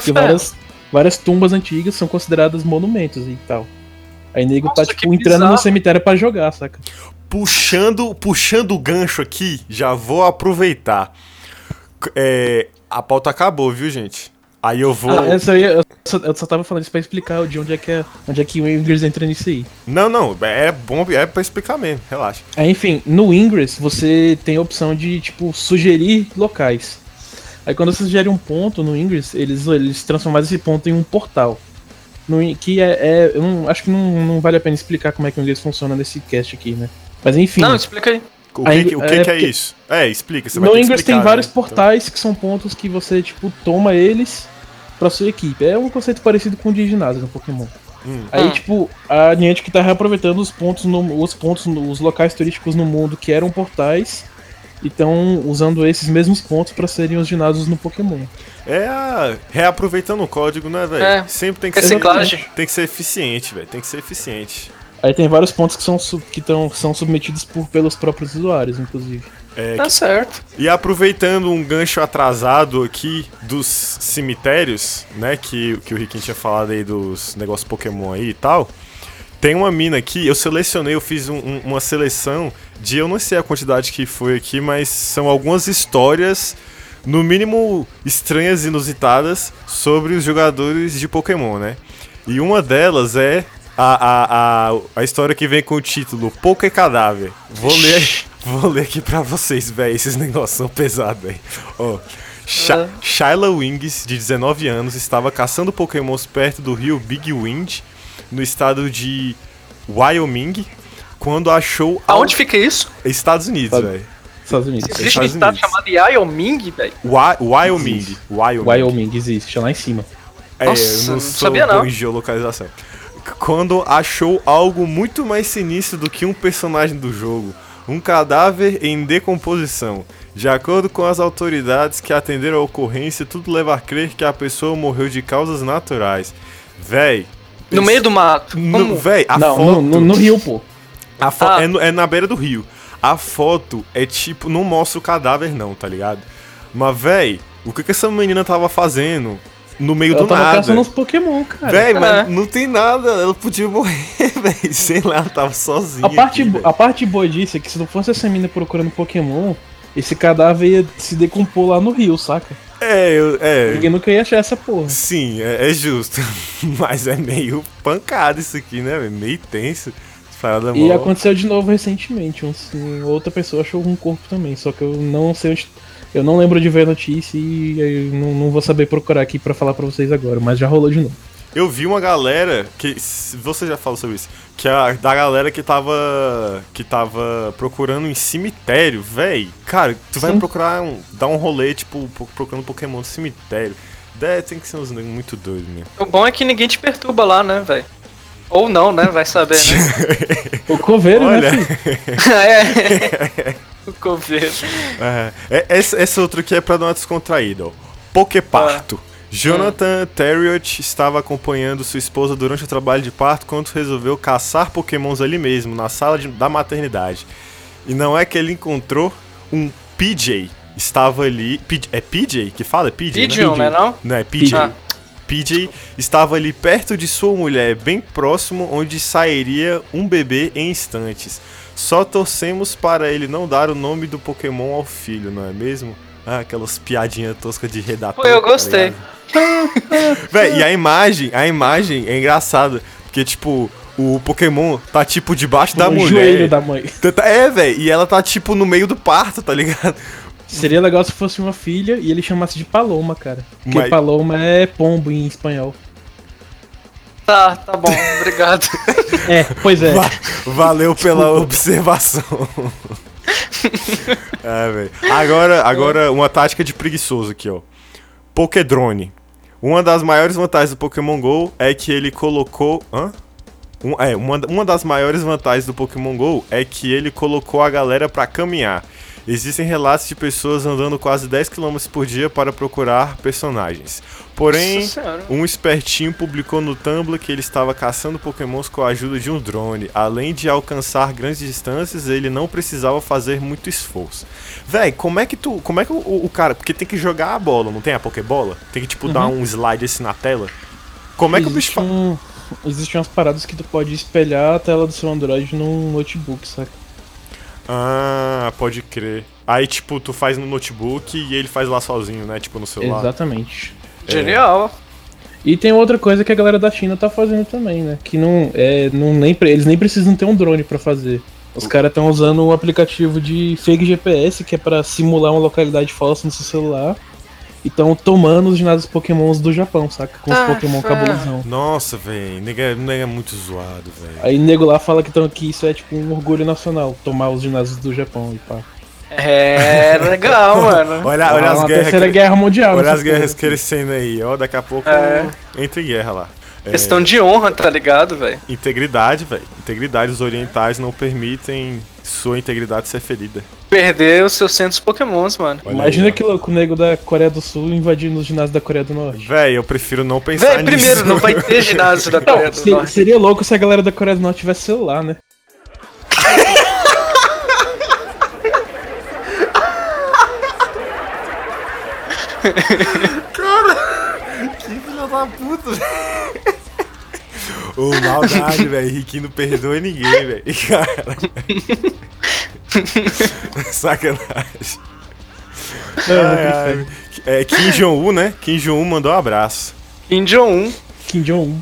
A: Porque
C: fé.
A: várias, várias tumbas antigas são consideradas monumentos e tal. Aí nego tá,
C: Nossa, que
A: tipo, entrando no
C: bizarro.
A: cemitério pra jogar, saca?
B: puxando, puxando o gancho aqui, já vou aproveitar. C- É, a pauta acabou, viu, gente? Aí eu vou.
A: Ah, essa aí, eu, só, eu só tava falando isso pra explicar de onde é que, é, onde é que o Ingress entra nisso aí.
B: Não, não, é bom, é pra explicar mesmo, relaxa.
A: Aí, enfim, no Ingress você tem a opção de, tipo, sugerir locais. Aí quando você sugere um ponto no Ingress, eles, eles transformam esse ponto em um portal. No in- que é. é- eu não- acho que não, não vale a pena explicar como é que o Ingress funciona nesse cast aqui, né? Mas enfim.
C: Não, explica aí.
B: O
A: Aí,
B: que, que- o que,
A: é,
B: que é,
A: porque-
B: isso? É, explica, você vai
A: No
B: ter que
A: Ingress tem
B: explicar,
A: vários
B: né?
A: portais que são pontos que você, tipo, toma eles pra sua equipe. É um conceito parecido com o de ginásio no Pokémon.
B: Hum.
A: Aí,
C: Hum.
A: tipo, a Niantic tá reaproveitando os pontos, no- os pontos, no- os locais turísticos no mundo que eram portais e estão usando esses mesmos pontos pra serem os ginásios no Pokémon.
B: Então, é a- reaproveitando o código, né, velho?
C: É.
B: Sempre tem que
C: Reciclagem.
B: ser. Tem que ser eficiente, velho. Tem que ser eficiente.
A: Aí tem vários pontos que são, su- que tão, são submetidos por, pelos próprios usuários, inclusive.
B: É,
C: Tá certo.
B: E aproveitando um gancho atrasado aqui dos cemitérios, né? Que, que o Riquinho tinha falado aí dos negócios Pokémon aí e tal. Tem uma mina aqui, eu selecionei, eu fiz um- um- uma seleção de eu não sei a quantidade que foi aqui, mas são algumas histórias, no mínimo estranhas e inusitadas, sobre os jogadores de Pokémon, né? E uma delas é a, a, a, a história que vem com o título Poké Cadáver. Vou ler, vou ler aqui pra vocês, velho. Esses negócios são pesados, velho. Ó. Sha- Shyla Wings, de 19 anos, estava caçando pokémons perto do rio Big Wind, no estado de Wyoming, quando achou... al-
C: Aonde fica isso?
B: Estados Unidos,
A: Sabe.
B: velho.
A: Estados Unidos.
C: Existe um
B: Estados
C: estado
B: Unidos.
C: chamado Wyoming, velho?
B: Wa- Wyoming.
A: Existe.
B: Wyoming.
A: Wyoming existe, é lá em cima.
B: É,
C: Nossa,
B: eu não
C: não
B: sou
C: sabia não.
B: bom em geolocalização. C- Quando achou algo muito mais sinistro do que um personagem do jogo. Um cadáver em decomposição. De acordo com as autoridades que atenderam a ocorrência, tudo leva a crer que a pessoa morreu de causas naturais. Véi.
C: No meio do mato.
B: Não,
C: Como?
B: véi, a
A: não,
B: foto.
A: no, no- no Rio, pô.
B: A fo-
C: Ah.
B: é, no- é na beira do rio. A foto é tipo, não mostra o cadáver, não, tá ligado? Mas, véi, o que, que essa menina tava fazendo no meio
A: Ela
B: do
A: tava
B: nada?
A: caçando os Pokémon, cara.
B: Véi,
C: É.
B: mas não tem nada, ela podia morrer, véi. Sei lá, ela tava sozinha.
A: A parte,
B: aqui,
A: bo-
B: véi.
A: a parte boa disso é que se não fosse essa mina procurando Pokémon, esse cadáver ia se decompor lá no rio, saca?
B: É, eu, é. Tá
A: Ninguém nunca ia achar essa porra.
B: Sim, é, é justo. Mas é meio pancada isso aqui, né? véi? Meio tenso. Nada
A: E
B: mal.
A: aconteceu de novo recentemente. Um, um- outra pessoa achou um corpo também, só que eu não sei onde. Eu não lembro de ver a notícia e eu não, não vou saber procurar aqui pra falar pra vocês agora, mas já rolou de novo.
B: Eu vi uma galera que se- você já falou sobre isso, que a da galera que tava que tava procurando em cemitério, véi. Cara, tu vai
A: Sim.
B: procurar um, dar um rolê tipo pro- procurando Pokémon no cemitério. Dé, tem que ser uns negros muito doidos mesmo.
C: O bom é que ninguém te perturba lá, né, velho? Ou não, né? Vai saber, né?
A: O coveiro,
B: Olha,
A: né? filho?
C: é. O coveiro.
B: É, é, esse, esse outro aqui é pra dar uma descontraída, ó. Pokeparto.
C: Ah.
B: Jonathan Terriot estava acompanhando sua esposa durante o trabalho de parto quando resolveu caçar pokémons ali mesmo, na sala de- da maternidade. E não é que ele encontrou um PJ. Estava ali. P- é PJ que fala? PJ?
C: Pigeon, né, não?
B: Não, é PJ.
C: Ah.
B: PJ estava ali perto de sua mulher, bem próximo onde sairia um bebê em instantes. Só torcemos para ele não dar o nome do Pokémon ao filho, não é mesmo? Ah, aquelas piadinhas toscas de redator.
C: Pô, eu
B: tá
C: gostei.
B: ligado? Véi, e a imagem, a imagem é engraçada, porque tipo, o Pokémon tá tipo debaixo da
A: o
B: mulher.
A: joelho da mãe.
B: Tá- É, velho, e ela tá tipo no meio do parto, tá ligado?
A: Seria legal se fosse uma filha e ele chamasse de Paloma, cara. Porque
B: Mas-
A: Paloma é pombo em espanhol.
C: Tá, tá bom, obrigado.
A: É, pois é.
B: Va- valeu pela observação. ah, velho. Agora, agora uma tática de preguiçoso aqui, ó. Pokédrone. Uma das maiores vantagens do Pokémon GO é que ele colocou. Hã? Um- é, uma, uma das maiores vantagens do Pokémon GO é que ele colocou a galera pra caminhar. Existem relatos de pessoas andando quase 10 km por dia para procurar personagens. Porém,
C: Nossa Senhora.
B: um espertinho publicou no Tumblr que ele estava caçando pokémons com a ajuda de um drone. Além de alcançar grandes distâncias, ele não precisava fazer muito esforço. Véi, como é que tu. Como é que o, o cara. Porque tem que jogar a bola, não tem a Pokébola? Tem que, tipo, dar um slide assim na tela. Como é que o bicho
A: Uhum. Existe
B: faz?
A: um- Existem umas paradas que tu pode espelhar a tela do seu Android num notebook, saca? um-
B: Ah, pode crer. Aí, tipo, tu faz no notebook e ele faz lá sozinho, né? Tipo, no celular.
A: Exatamente.
B: é.
C: Genial.
A: E tem outra coisa que a galera da China tá fazendo também, né? Que não é, não nem pre- eles nem precisam ter um drone pra fazer. Os caras estão usando um aplicativo de fake GPS que é pra simular uma localidade falsa no seu celular. E estão tomando os ginásios Pokémons do Japão, saca? Com os
C: Ah,
A: Pokémon
C: fé.
A: cabulosão.
B: Nossa, véi. Nega, nega é muito zoado, véi.
A: Aí nego lá fala que, tão, que isso é tipo um orgulho nacional, tomar os ginásios do Japão e pá.
C: É legal, mano.
B: Olha, olha
A: Ah,
B: as
A: uma
B: guerras.
A: terceira
B: que-
A: guerra mundial.
B: Olha
A: nessa
B: as guerras
A: porra.
B: crescendo aí, ó. Daqui a pouco
C: É.
B: entre guerra lá. É,
C: Questão de honra, tá ligado, velho?
B: Integridade, velho. Integridade. Os orientais não permitem sua integridade ser ferida.
C: Perder os seus centros pokémons, mano.
B: Olha
A: Imagina
B: aí, ó.
A: que louco, o nego da Coreia do Sul invadindo os ginásios da Coreia do Norte.
B: Véi, eu prefiro não pensar
C: Véi,
B: nisso.
C: primeiro, não vai ter ginásio da Coreia
A: Não,
C: do
A: Então, se-
C: Norte.
A: seria louco se a galera da Coreia do Norte tivesse celular, né?
B: Filha da puta, Ô, maldade, velho. Riquinho não perdoa ninguém, velho. Cara. Sacanagem. Ai, ai. É, Kim Jong-un, né? Kim Jong-un mandou um abraço.
C: Kim Jong-un.
A: Kim Jong-un.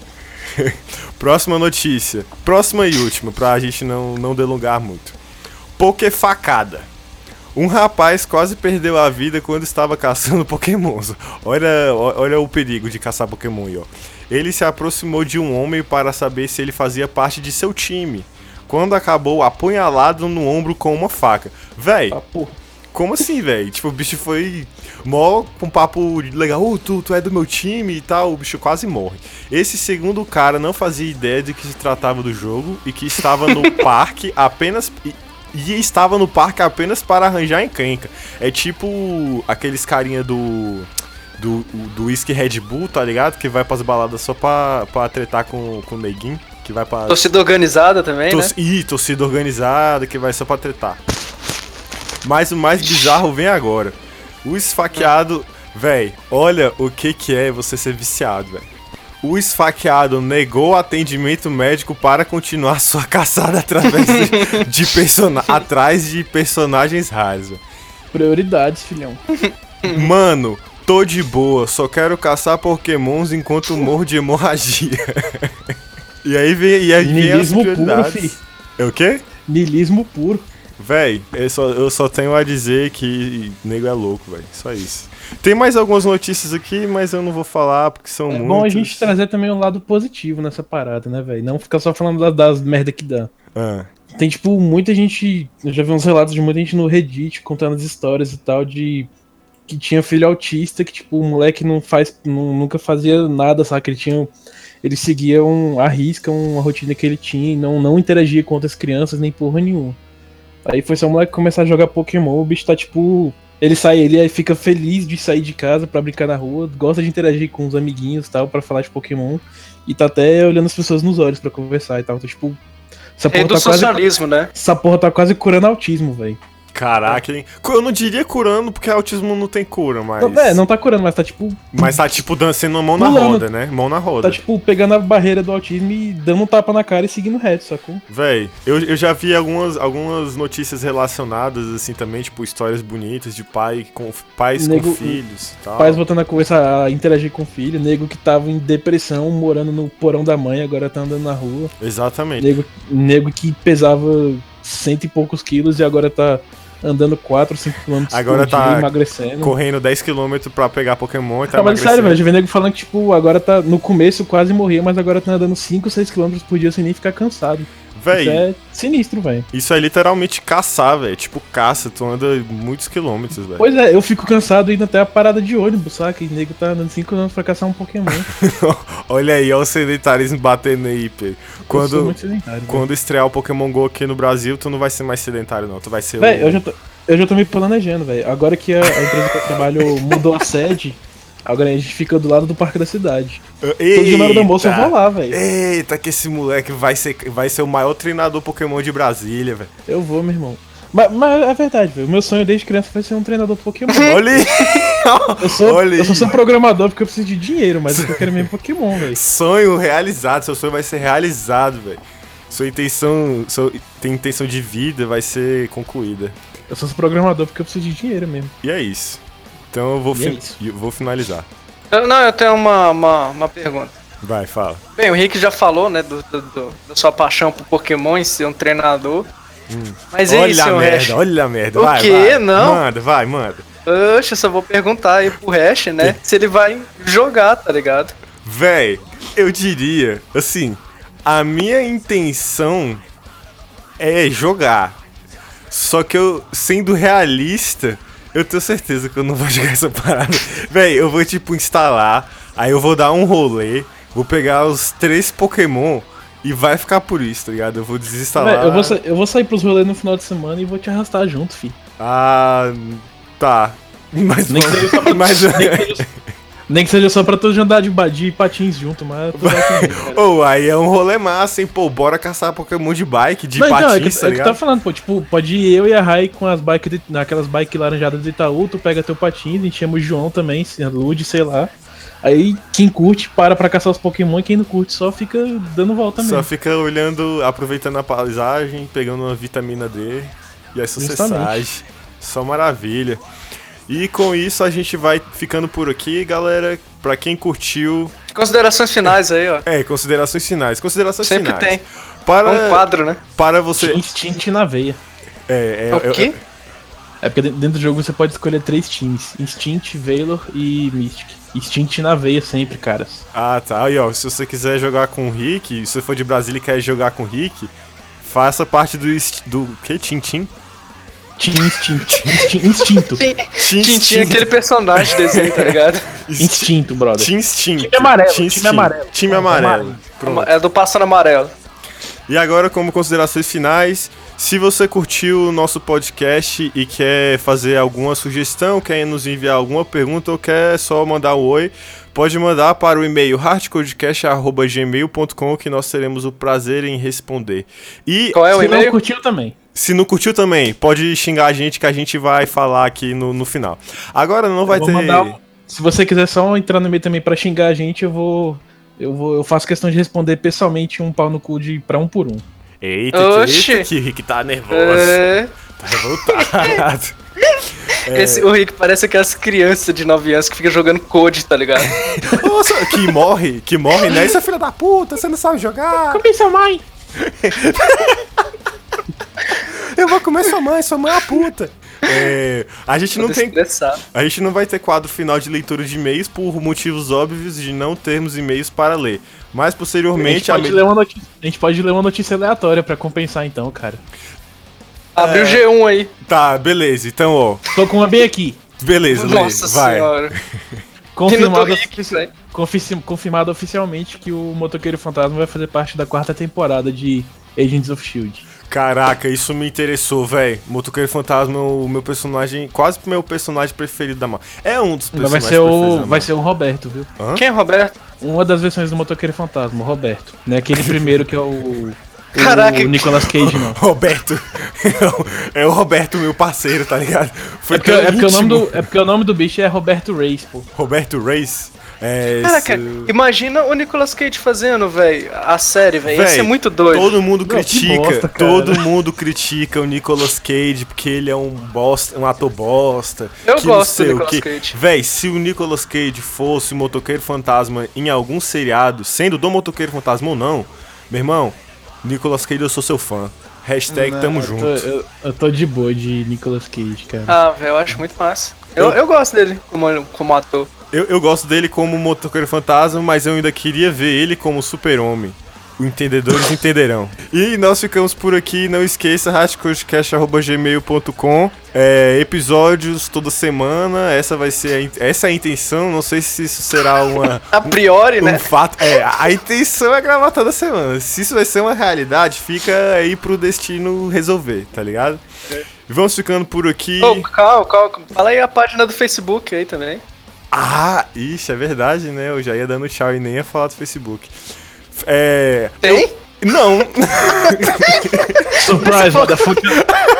B: Próxima notícia. Próxima e última, pra gente não, não delongar muito. Pokefacada. Um rapaz quase perdeu a vida quando estava caçando pokémons. Olha, ó- olha o perigo de caçar pokémon aí, ó. Ele se aproximou de um homem para saber se ele fazia parte de seu time. Quando acabou apunhalado no ombro com uma faca. Véi,
A: Ah, porra.
B: como assim, velho? Tipo, o bicho foi mó com um papo legal, "Ô, tu, tu é do meu time e tal, o bicho quase morre. Esse segundo cara não fazia ideia de que se tratava do jogo e que estava no parque apenas. E, e estava no parque apenas para arranjar encrenca. É tipo aqueles carinha do. Do, do whisky Red Bull, tá ligado? Que vai pras baladas só pra, pra tretar com, com o neguinho. Que vai pra.
C: Torcida organizada também, né?
B: Tor- Ih, torcida organizada que vai só pra tretar. Mas o mais bizarro vem agora. O esfaqueado. Véi, olha o que que é você ser viciado, véi. O esfaqueado negou atendimento médico para continuar sua caçada através de, de persona- atrás de personagens raros. véi.
A: Prioridades, filhão.
B: Mano, tô de boa, só quero caçar pokémons enquanto morro de hemorragia. e aí vem, e aí vem as
A: Niilismo puro,
B: prioridades.
A: fi.
B: É o quê?
A: Nilismo puro.
B: Véi, eu só, eu só tenho a dizer que nego é louco, véi. Só isso. Tem mais algumas notícias aqui, mas eu não vou falar porque são
A: É
B: muitas.
A: bom a gente trazer também o lado positivo nessa parada, né, velho? Não ficar só falando da- das merda que dá.
B: Ah,
A: Tem, tipo, muita gente. Eu já vi uns relatos de muita gente no Reddit contando as histórias e tal de. Que tinha filho autista, que, tipo, o moleque não faz. nu- nunca fazia nada, saca? Ele tinha. Ele seguia um, a risca, uma rotina que ele tinha e não, não interagia com outras crianças nem porra nenhuma. Aí foi só o moleque começar a jogar Pokémon, o bicho tá tipo. Ele sai, ele aí fica feliz de sair de casa pra brincar na rua, gosta de interagir com os amiguinhos e tal, pra falar de Pokémon. E tá até olhando as pessoas nos olhos pra conversar e tal. Então, tipo. Essa
C: Rei
A: porra
C: É do
A: tá quase
C: socialismo, né?
A: essa porra tá quase curando autismo, velho.
B: caraca, hein? Eu não diria curando porque autismo não tem cura, mas.
A: Não, É, não tá curando, mas tá tipo.
B: Mas tá tipo dançando a mão na
A: Pulando.
B: roda, né? Mão na roda.
A: Tá tipo pegando a barreira do autismo e dando um tapa na cara e seguindo reto, sacou?
B: Véi, eu, eu já vi algumas, algumas notícias relacionadas, assim, também, tipo, histórias bonitas de pai com, pais com
A: Nego- um-
B: filhos e tal.
A: Pais voltando a conversar, a interagir com o filho, nego que tava em depressão, morando no porão da mãe, agora tá andando na rua.
B: Exatamente.
A: Nego, nego que pesava cento e poucos quilos e agora tá andando 4, 5 quilômetros
B: Agora
A: por dia,
B: tá
A: emagrecendo.
B: Correndo 10km pra pegar Pokémon e tá
A: Tá, mas sério, velho,
B: emagrecendo.
A: eu já vi nego falando que, tipo, agora tá. No começo quase morria, mas agora tá andando 5, 6 quilômetros por dia sem nem ficar cansado.
B: Véi,
A: Isso é sinistro, velho.
B: isso é literalmente caçar, velho. Tipo, caça, tu anda muitos quilômetros, velho.
A: Pois é, eu fico cansado indo até a parada de ônibus, saca? E o nego tá andando 5 anos pra caçar um Pokémon.
B: Olha aí, olha o sedentarismo batendo aí, Pedro.
A: Eu sou
B: Quando,
A: muito sedentário. velho.
B: quando estrear o Pokémon GO aqui no Brasil, tu não vai ser mais sedentário, não. Tu vai ser
A: Véi,
B: o-
A: eu já tô, eu já tô me planejando, velho. Agora que a, a empresa que eu trabalho mudou a sede, agora a gente fica do lado do parque da cidade. Todo dia na hora do almoço eu
B: Eita!
A: vou lá, velho.
B: Eita, que esse moleque vai ser, vai ser o maior treinador Pokémon de Brasília, velho.
A: Eu vou, meu irmão. Mas, mas é verdade, velho. Meu sonho desde criança foi ser um treinador Pokémon.
B: Olha aí,
A: Eu sou,
B: Olha aí.
A: eu sou só um programador porque eu preciso de dinheiro, mas o que eu quero mesmo é Pokémon, velho.
B: sonho realizado, seu sonho vai ser realizado, velho. Sua intenção, sua tem intenção de vida vai ser concluída.
A: Eu sou só um programador porque eu preciso de dinheiro mesmo.
B: E é isso. Então eu vou,
A: E
B: fin-
A: é isso.
B: eu vou finalizar.
C: Eu- não, eu tenho uma, uma, uma pergunta.
B: Vai, fala.
C: Bem, o Rick já falou, né, do, do- do- da sua paixão por Pokémon e ser um treinador. Mas é e
B: Hum.
C: aí,
B: olha a
C: seu
B: merda,
C: Hash?
B: olha a merda.
C: O
B: vai,
C: quê?
B: vai.
C: Não.
B: Manda, vai, manda.
C: Oxe, eu só vou perguntar aí pro Hash, né, se ele vai jogar, tá ligado?
B: Véi, eu diria, assim, a minha intenção é jogar. Só que eu, sendo realista, eu tenho certeza que eu não vou jogar essa parada. Véi, eu vou, tipo, instalar, aí eu vou dar um rolê, vou pegar os três Pokémon e vai ficar por isso, tá ligado? Eu vou desinstalar.
A: Véi, eu, vou sa- eu vou sair pros rolês no final de semana e vou te arrastar junto, fi.
B: Ah, tá. Mas,
A: Nem que
B: vamos-
A: seja só pra,
B: mas
A: nem que seja- nem que seja só pra todos andar de badia e patins junto, mas. é tudo assim, bem também, cara.
B: Ou aí é um rolê massa, hein? Pô, bora caçar Pokémon de bike, de
A: Não, então, é que,
B: patins, tá
A: é que eu
B: ligado?
A: tava falando, pô, tipo, pode ir eu e a Rai com as bikes, de- naquelas bikes laranjadas do Itaú, tu pega teu patins, a gente chama o João também, se- Lude, sei lá. Aí quem curte para pra caçar os Pokémon e quem não curte só fica dando volta
B: Só
A: mesmo.
B: fica olhando, aproveitando a paisagem, pegando uma vitamina D e as sucessais.
A: Justamente.
B: Só maravilha. E com isso a gente vai ficando por aqui, galera. Pra quem curtiu,
C: Considerações finais aí, ó.
B: é, considerações finais. Considerações
C: Sempre
B: finais.
C: tem. É
B: Para,
C: um quadro, né?
B: para você.
A: Instinct na veia.
B: É, é,
C: É o
B: eu-
C: quê?
A: É porque dentro do jogo você pode escolher três times: Instinct, Veilor e Mystic. Instinct na veia sempre, caras.
B: Ah, tá. Aí, ó, se você quiser jogar com o Rick, se você for de Brasília e quer jogar com o Rick, faça parte do. inst- do que? Tintim?
A: Team Instinct. Instinct. Instinto.
C: Tintin é aquele personagem desse aí, tá ligado?
A: Instinto, brother.
B: Team Instinct.
A: Time amarelo,
B: Team
A: time
B: Instinct.
A: amarelo.
B: Time
A: É,
B: amarelo.
A: amarelo.
B: Pronto.
C: É do Pássaro Amarelo.
B: E agora, como considerações finais, se você curtiu o nosso podcast e quer fazer alguma sugestão, quer nos enviar alguma pergunta ou quer só mandar um oi, pode mandar para o e-mail hardcodecast.gmail.com que nós teremos o prazer em responder. E
C: Qual é o
A: Se não
C: e-mail?
A: curtiu também.
B: se não curtiu também, pode xingar a gente que a gente vai falar aqui no, no final. Agora não vai
A: Eu vou
B: ter.
A: mandar um- Se você quiser só entrar no meio também pra xingar a gente, eu vou. Eu vou. Eu faço questão de responder pessoalmente um pau no cu de pra um por um.
B: Eita, que,
C: Oxi.
B: eita, que Rick tá nervoso.
C: É,
B: Tá revoltado. É.
C: esse, o Rick parece aquelas crianças de 9 anos que fica jogando code, tá ligado?
B: Nossa, que morre, que morre, né? Isso é filha da puta, você não sabe jogar.
A: Cabeça mãe!
B: Eu vou comer sua mãe, sua mãe é uma puta. É, a gente
C: Tô
B: não tem
C: estressado.
B: A gente não vai ter quadro final de leitura de e-mails por motivos óbvios de não termos e-mails para ler. Mas
A: a, gente
B: posteriormente, a
A: pode
B: me-
A: ler uma notícia, a gente pode ler uma notícia aleatória pra compensar então, cara.
B: É.
C: Abre o G1 aí.
B: Tá, beleza. Então, ó.
A: Tô com uma bem aqui.
B: Beleza, lê.
C: Nossa
B: Vai.
C: senhora.
A: Confirmado,
C: Rico,
A: ofici-
C: velho.
A: confici- confirmado oficialmente que o Motoqueiro Fantasma vai fazer parte da quarta temporada de Agents of Shield.
B: Caraca, isso me interessou, velho. Motoqueiro Fantasma é o meu personagem, quase o meu personagem preferido da Marvel. É um dos
A: Ainda vai
B: personagens
A: ser
B: preferidos
A: o
B: da
A: vai
B: Marvel.
A: ser o Roberto, viu?
C: Quem é Roberto?
A: Uma das versões do Motoqueiro Fantasma, o Roberto. Não é aquele primeiro que é o
C: Caraca,
A: o Nicolas Cage não.
B: Roberto. é o Roberto, meu parceiro, tá ligado? Foi
A: É porque,
B: tão
A: é porque o nome
B: íntimo.
A: do, é porque o nome do bicho é Roberto Reis, pô.
B: Roberto Reis. É,
C: Caraca,
B: seu-
C: imagina o Nicolas Cage fazendo, velho, a série, velho. Ia
B: Véi,
C: ser muito doido.
B: Todo mundo
A: Não, que
B: critica,
A: bosta, cara.
B: todo mundo critica o Nicolas Cage porque ele é um bosta, um ator bosta.
C: Eu
B: que
C: gosto do Nicolas
B: que.
C: Cage.
B: Véi, se o Nicolas Cage fosse o motoqueiro fantasma em algum seriado, sendo do motoqueiro fantasma ou não, meu irmão, Nicolas Cage, eu sou seu fã. Hashtag tamo
A: eu tô-
B: junto.
A: Eu, eu tô de boa de Nicolas Cage, cara.
C: Ah, velho, eu acho muito massa. Eu, eu gosto dele como, como ator.
B: Eu, eu gosto dele como um motoqueiro fantasma, mas eu ainda queria ver ele como super-homem. O Entendedores entenderão. E nós ficamos por aqui. Não esqueça, radiocodcast.gmail.com. É, episódios toda semana. Essa vai ser a, in- essa é a intenção. Não sei se isso será uma,
C: A priori,
B: um
C: né?
B: fato. É, a a intenção é gravar toda semana. Se isso vai ser uma realidade, fica aí pro destino resolver, tá ligado? Vamos ficando por aqui.
C: É. Ô, calma, calma. Fala aí a página do Facebook aí também.
B: Ah, ixi, é verdade, né? Eu já ia dando tchau e nem ia falar do Facebook. É.
C: Tem?
B: Não,
A: Surprise, motherfucker.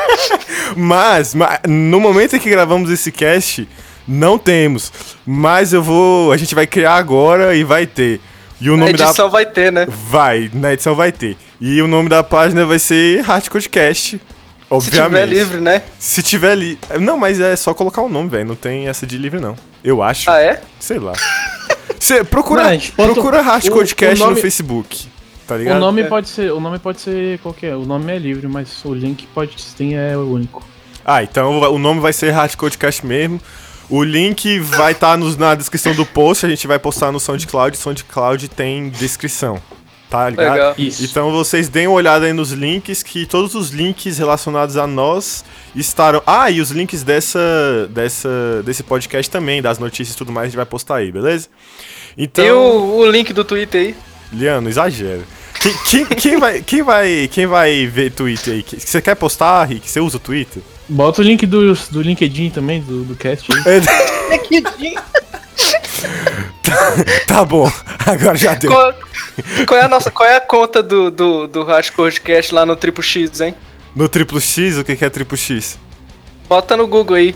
B: mas, ma- no momento em que gravamos esse cast, não temos. Mas eu vou. A gente vai criar agora e vai ter. E o
C: A
B: nome da.
C: edição vai ter, né?
B: Vai, na edição vai ter. E o nome da página vai ser Hardcore Cast.
C: Se tiver
B: Obviamente.
C: livre, né?
B: Se tiver li- Não, mas é só colocar o nome, velho. Não tem essa de livre, não. Eu acho.
C: Ah, é?
B: Sei lá. Cê, procura
A: Mas, ponto-
B: procura
A: o-
B: Hardcodecast
A: o nome-
B: no Facebook. Tá ligado?
A: O nome
C: É.
A: pode ser, o nome pode ser qualquer, o nome é livre, mas o link pode ter é o único.
B: Ah, então o nome vai ser Hardcodecast mesmo. O link vai estar na descrição do post, a gente vai postar no SoundCloud. SoundCloud tem descrição. Tá ligado?
C: Legal.
A: Isso.
B: Então vocês deem uma olhada aí nos links, que todos os links relacionados a nós estarão. Ah, e os links dessa, dessa, desse podcast também, das notícias e tudo mais, a gente vai postar aí, beleza? Então.
C: Tem o, o link do Twitter aí.
B: Liano, exagero. Quem, quem- quem vai, quem, vai, quem vai ver Twitter aí? Que- Você quer postar, Rick? Você usa o Twitter?
A: Bota o link do, do LinkedIn também, do, do cast aí.
B: tá bom, agora já deu.
C: Qual, qual é a nossa, qual é a conta do, do, do Hardcorecast lá no Triple X, hein?
B: No triplo X, o que que é triplo X?
C: Bota no Google aí.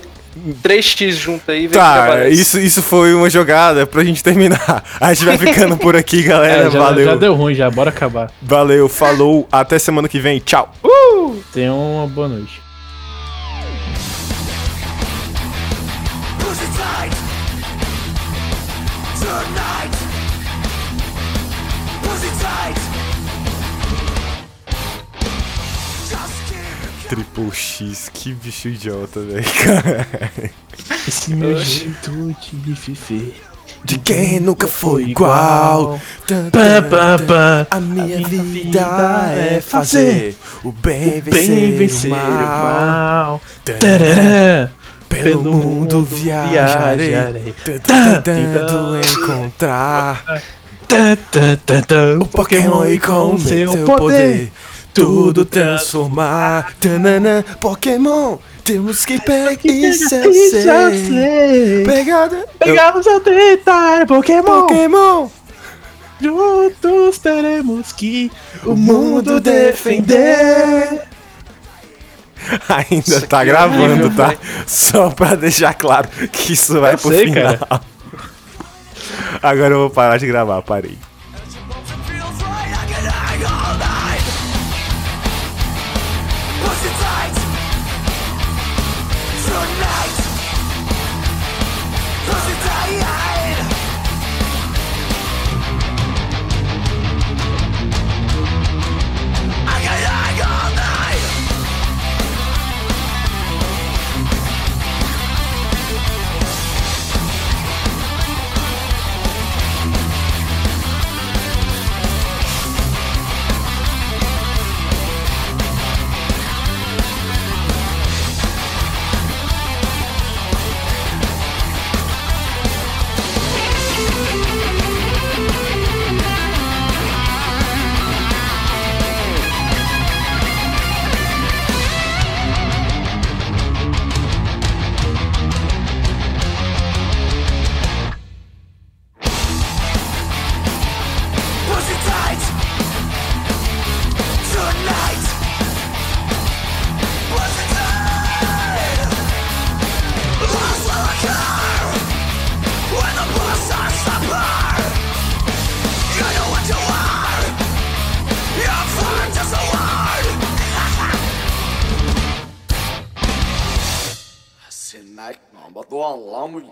C: 3x junto aí, vê o que
B: Tá,
C: aparece.
B: isso, isso foi uma jogada pra gente terminar. A gente vai ficando por aqui, galera.
A: É, já,
B: valeu.
A: já deu ruim já, bora acabar.
B: Valeu, falou, até semana que vem. Tchau.
A: Tenham uma boa noite.
E: Push it tight Tonight Push it tight Just keep
B: Triplo X, que bicho idiota, velho. cara.
A: Esse meu
C: Oxi.
A: jeito de viver.
B: De quem nunca foi
A: igual.
B: igual.
A: Pá, pá, pá.
B: A minha,
A: minha
B: vida,
A: vida é
B: é fazer o bem, vencer,
A: Bem
B: o
A: vencer o
B: mal.
A: mal.
B: Tã,
A: Tarará.
B: É. Pelo mundo viajarei, Tá,
A: viajarei.
B: tã, tentando encontrar
A: Tã, tã, tã, tã.
B: o Pokémon e com seu poder tudo transformar. Tanana, Pokémon, temos que pegar isso. Pegada,
A: Pegamos a tentar Pokémon.
B: Pokémon.
A: Juntos teremos que o mundo defender.
B: Ainda
A: é
B: tá gravando, tá? Só pra deixar claro que isso vai
A: Eu
B: pro
A: sei,
B: final. Agora eu vou parar de gravar, parei.
E: It feels right I can hang all night Push it tight Tonight Push it tight I can hang all night
F: Samba do alambre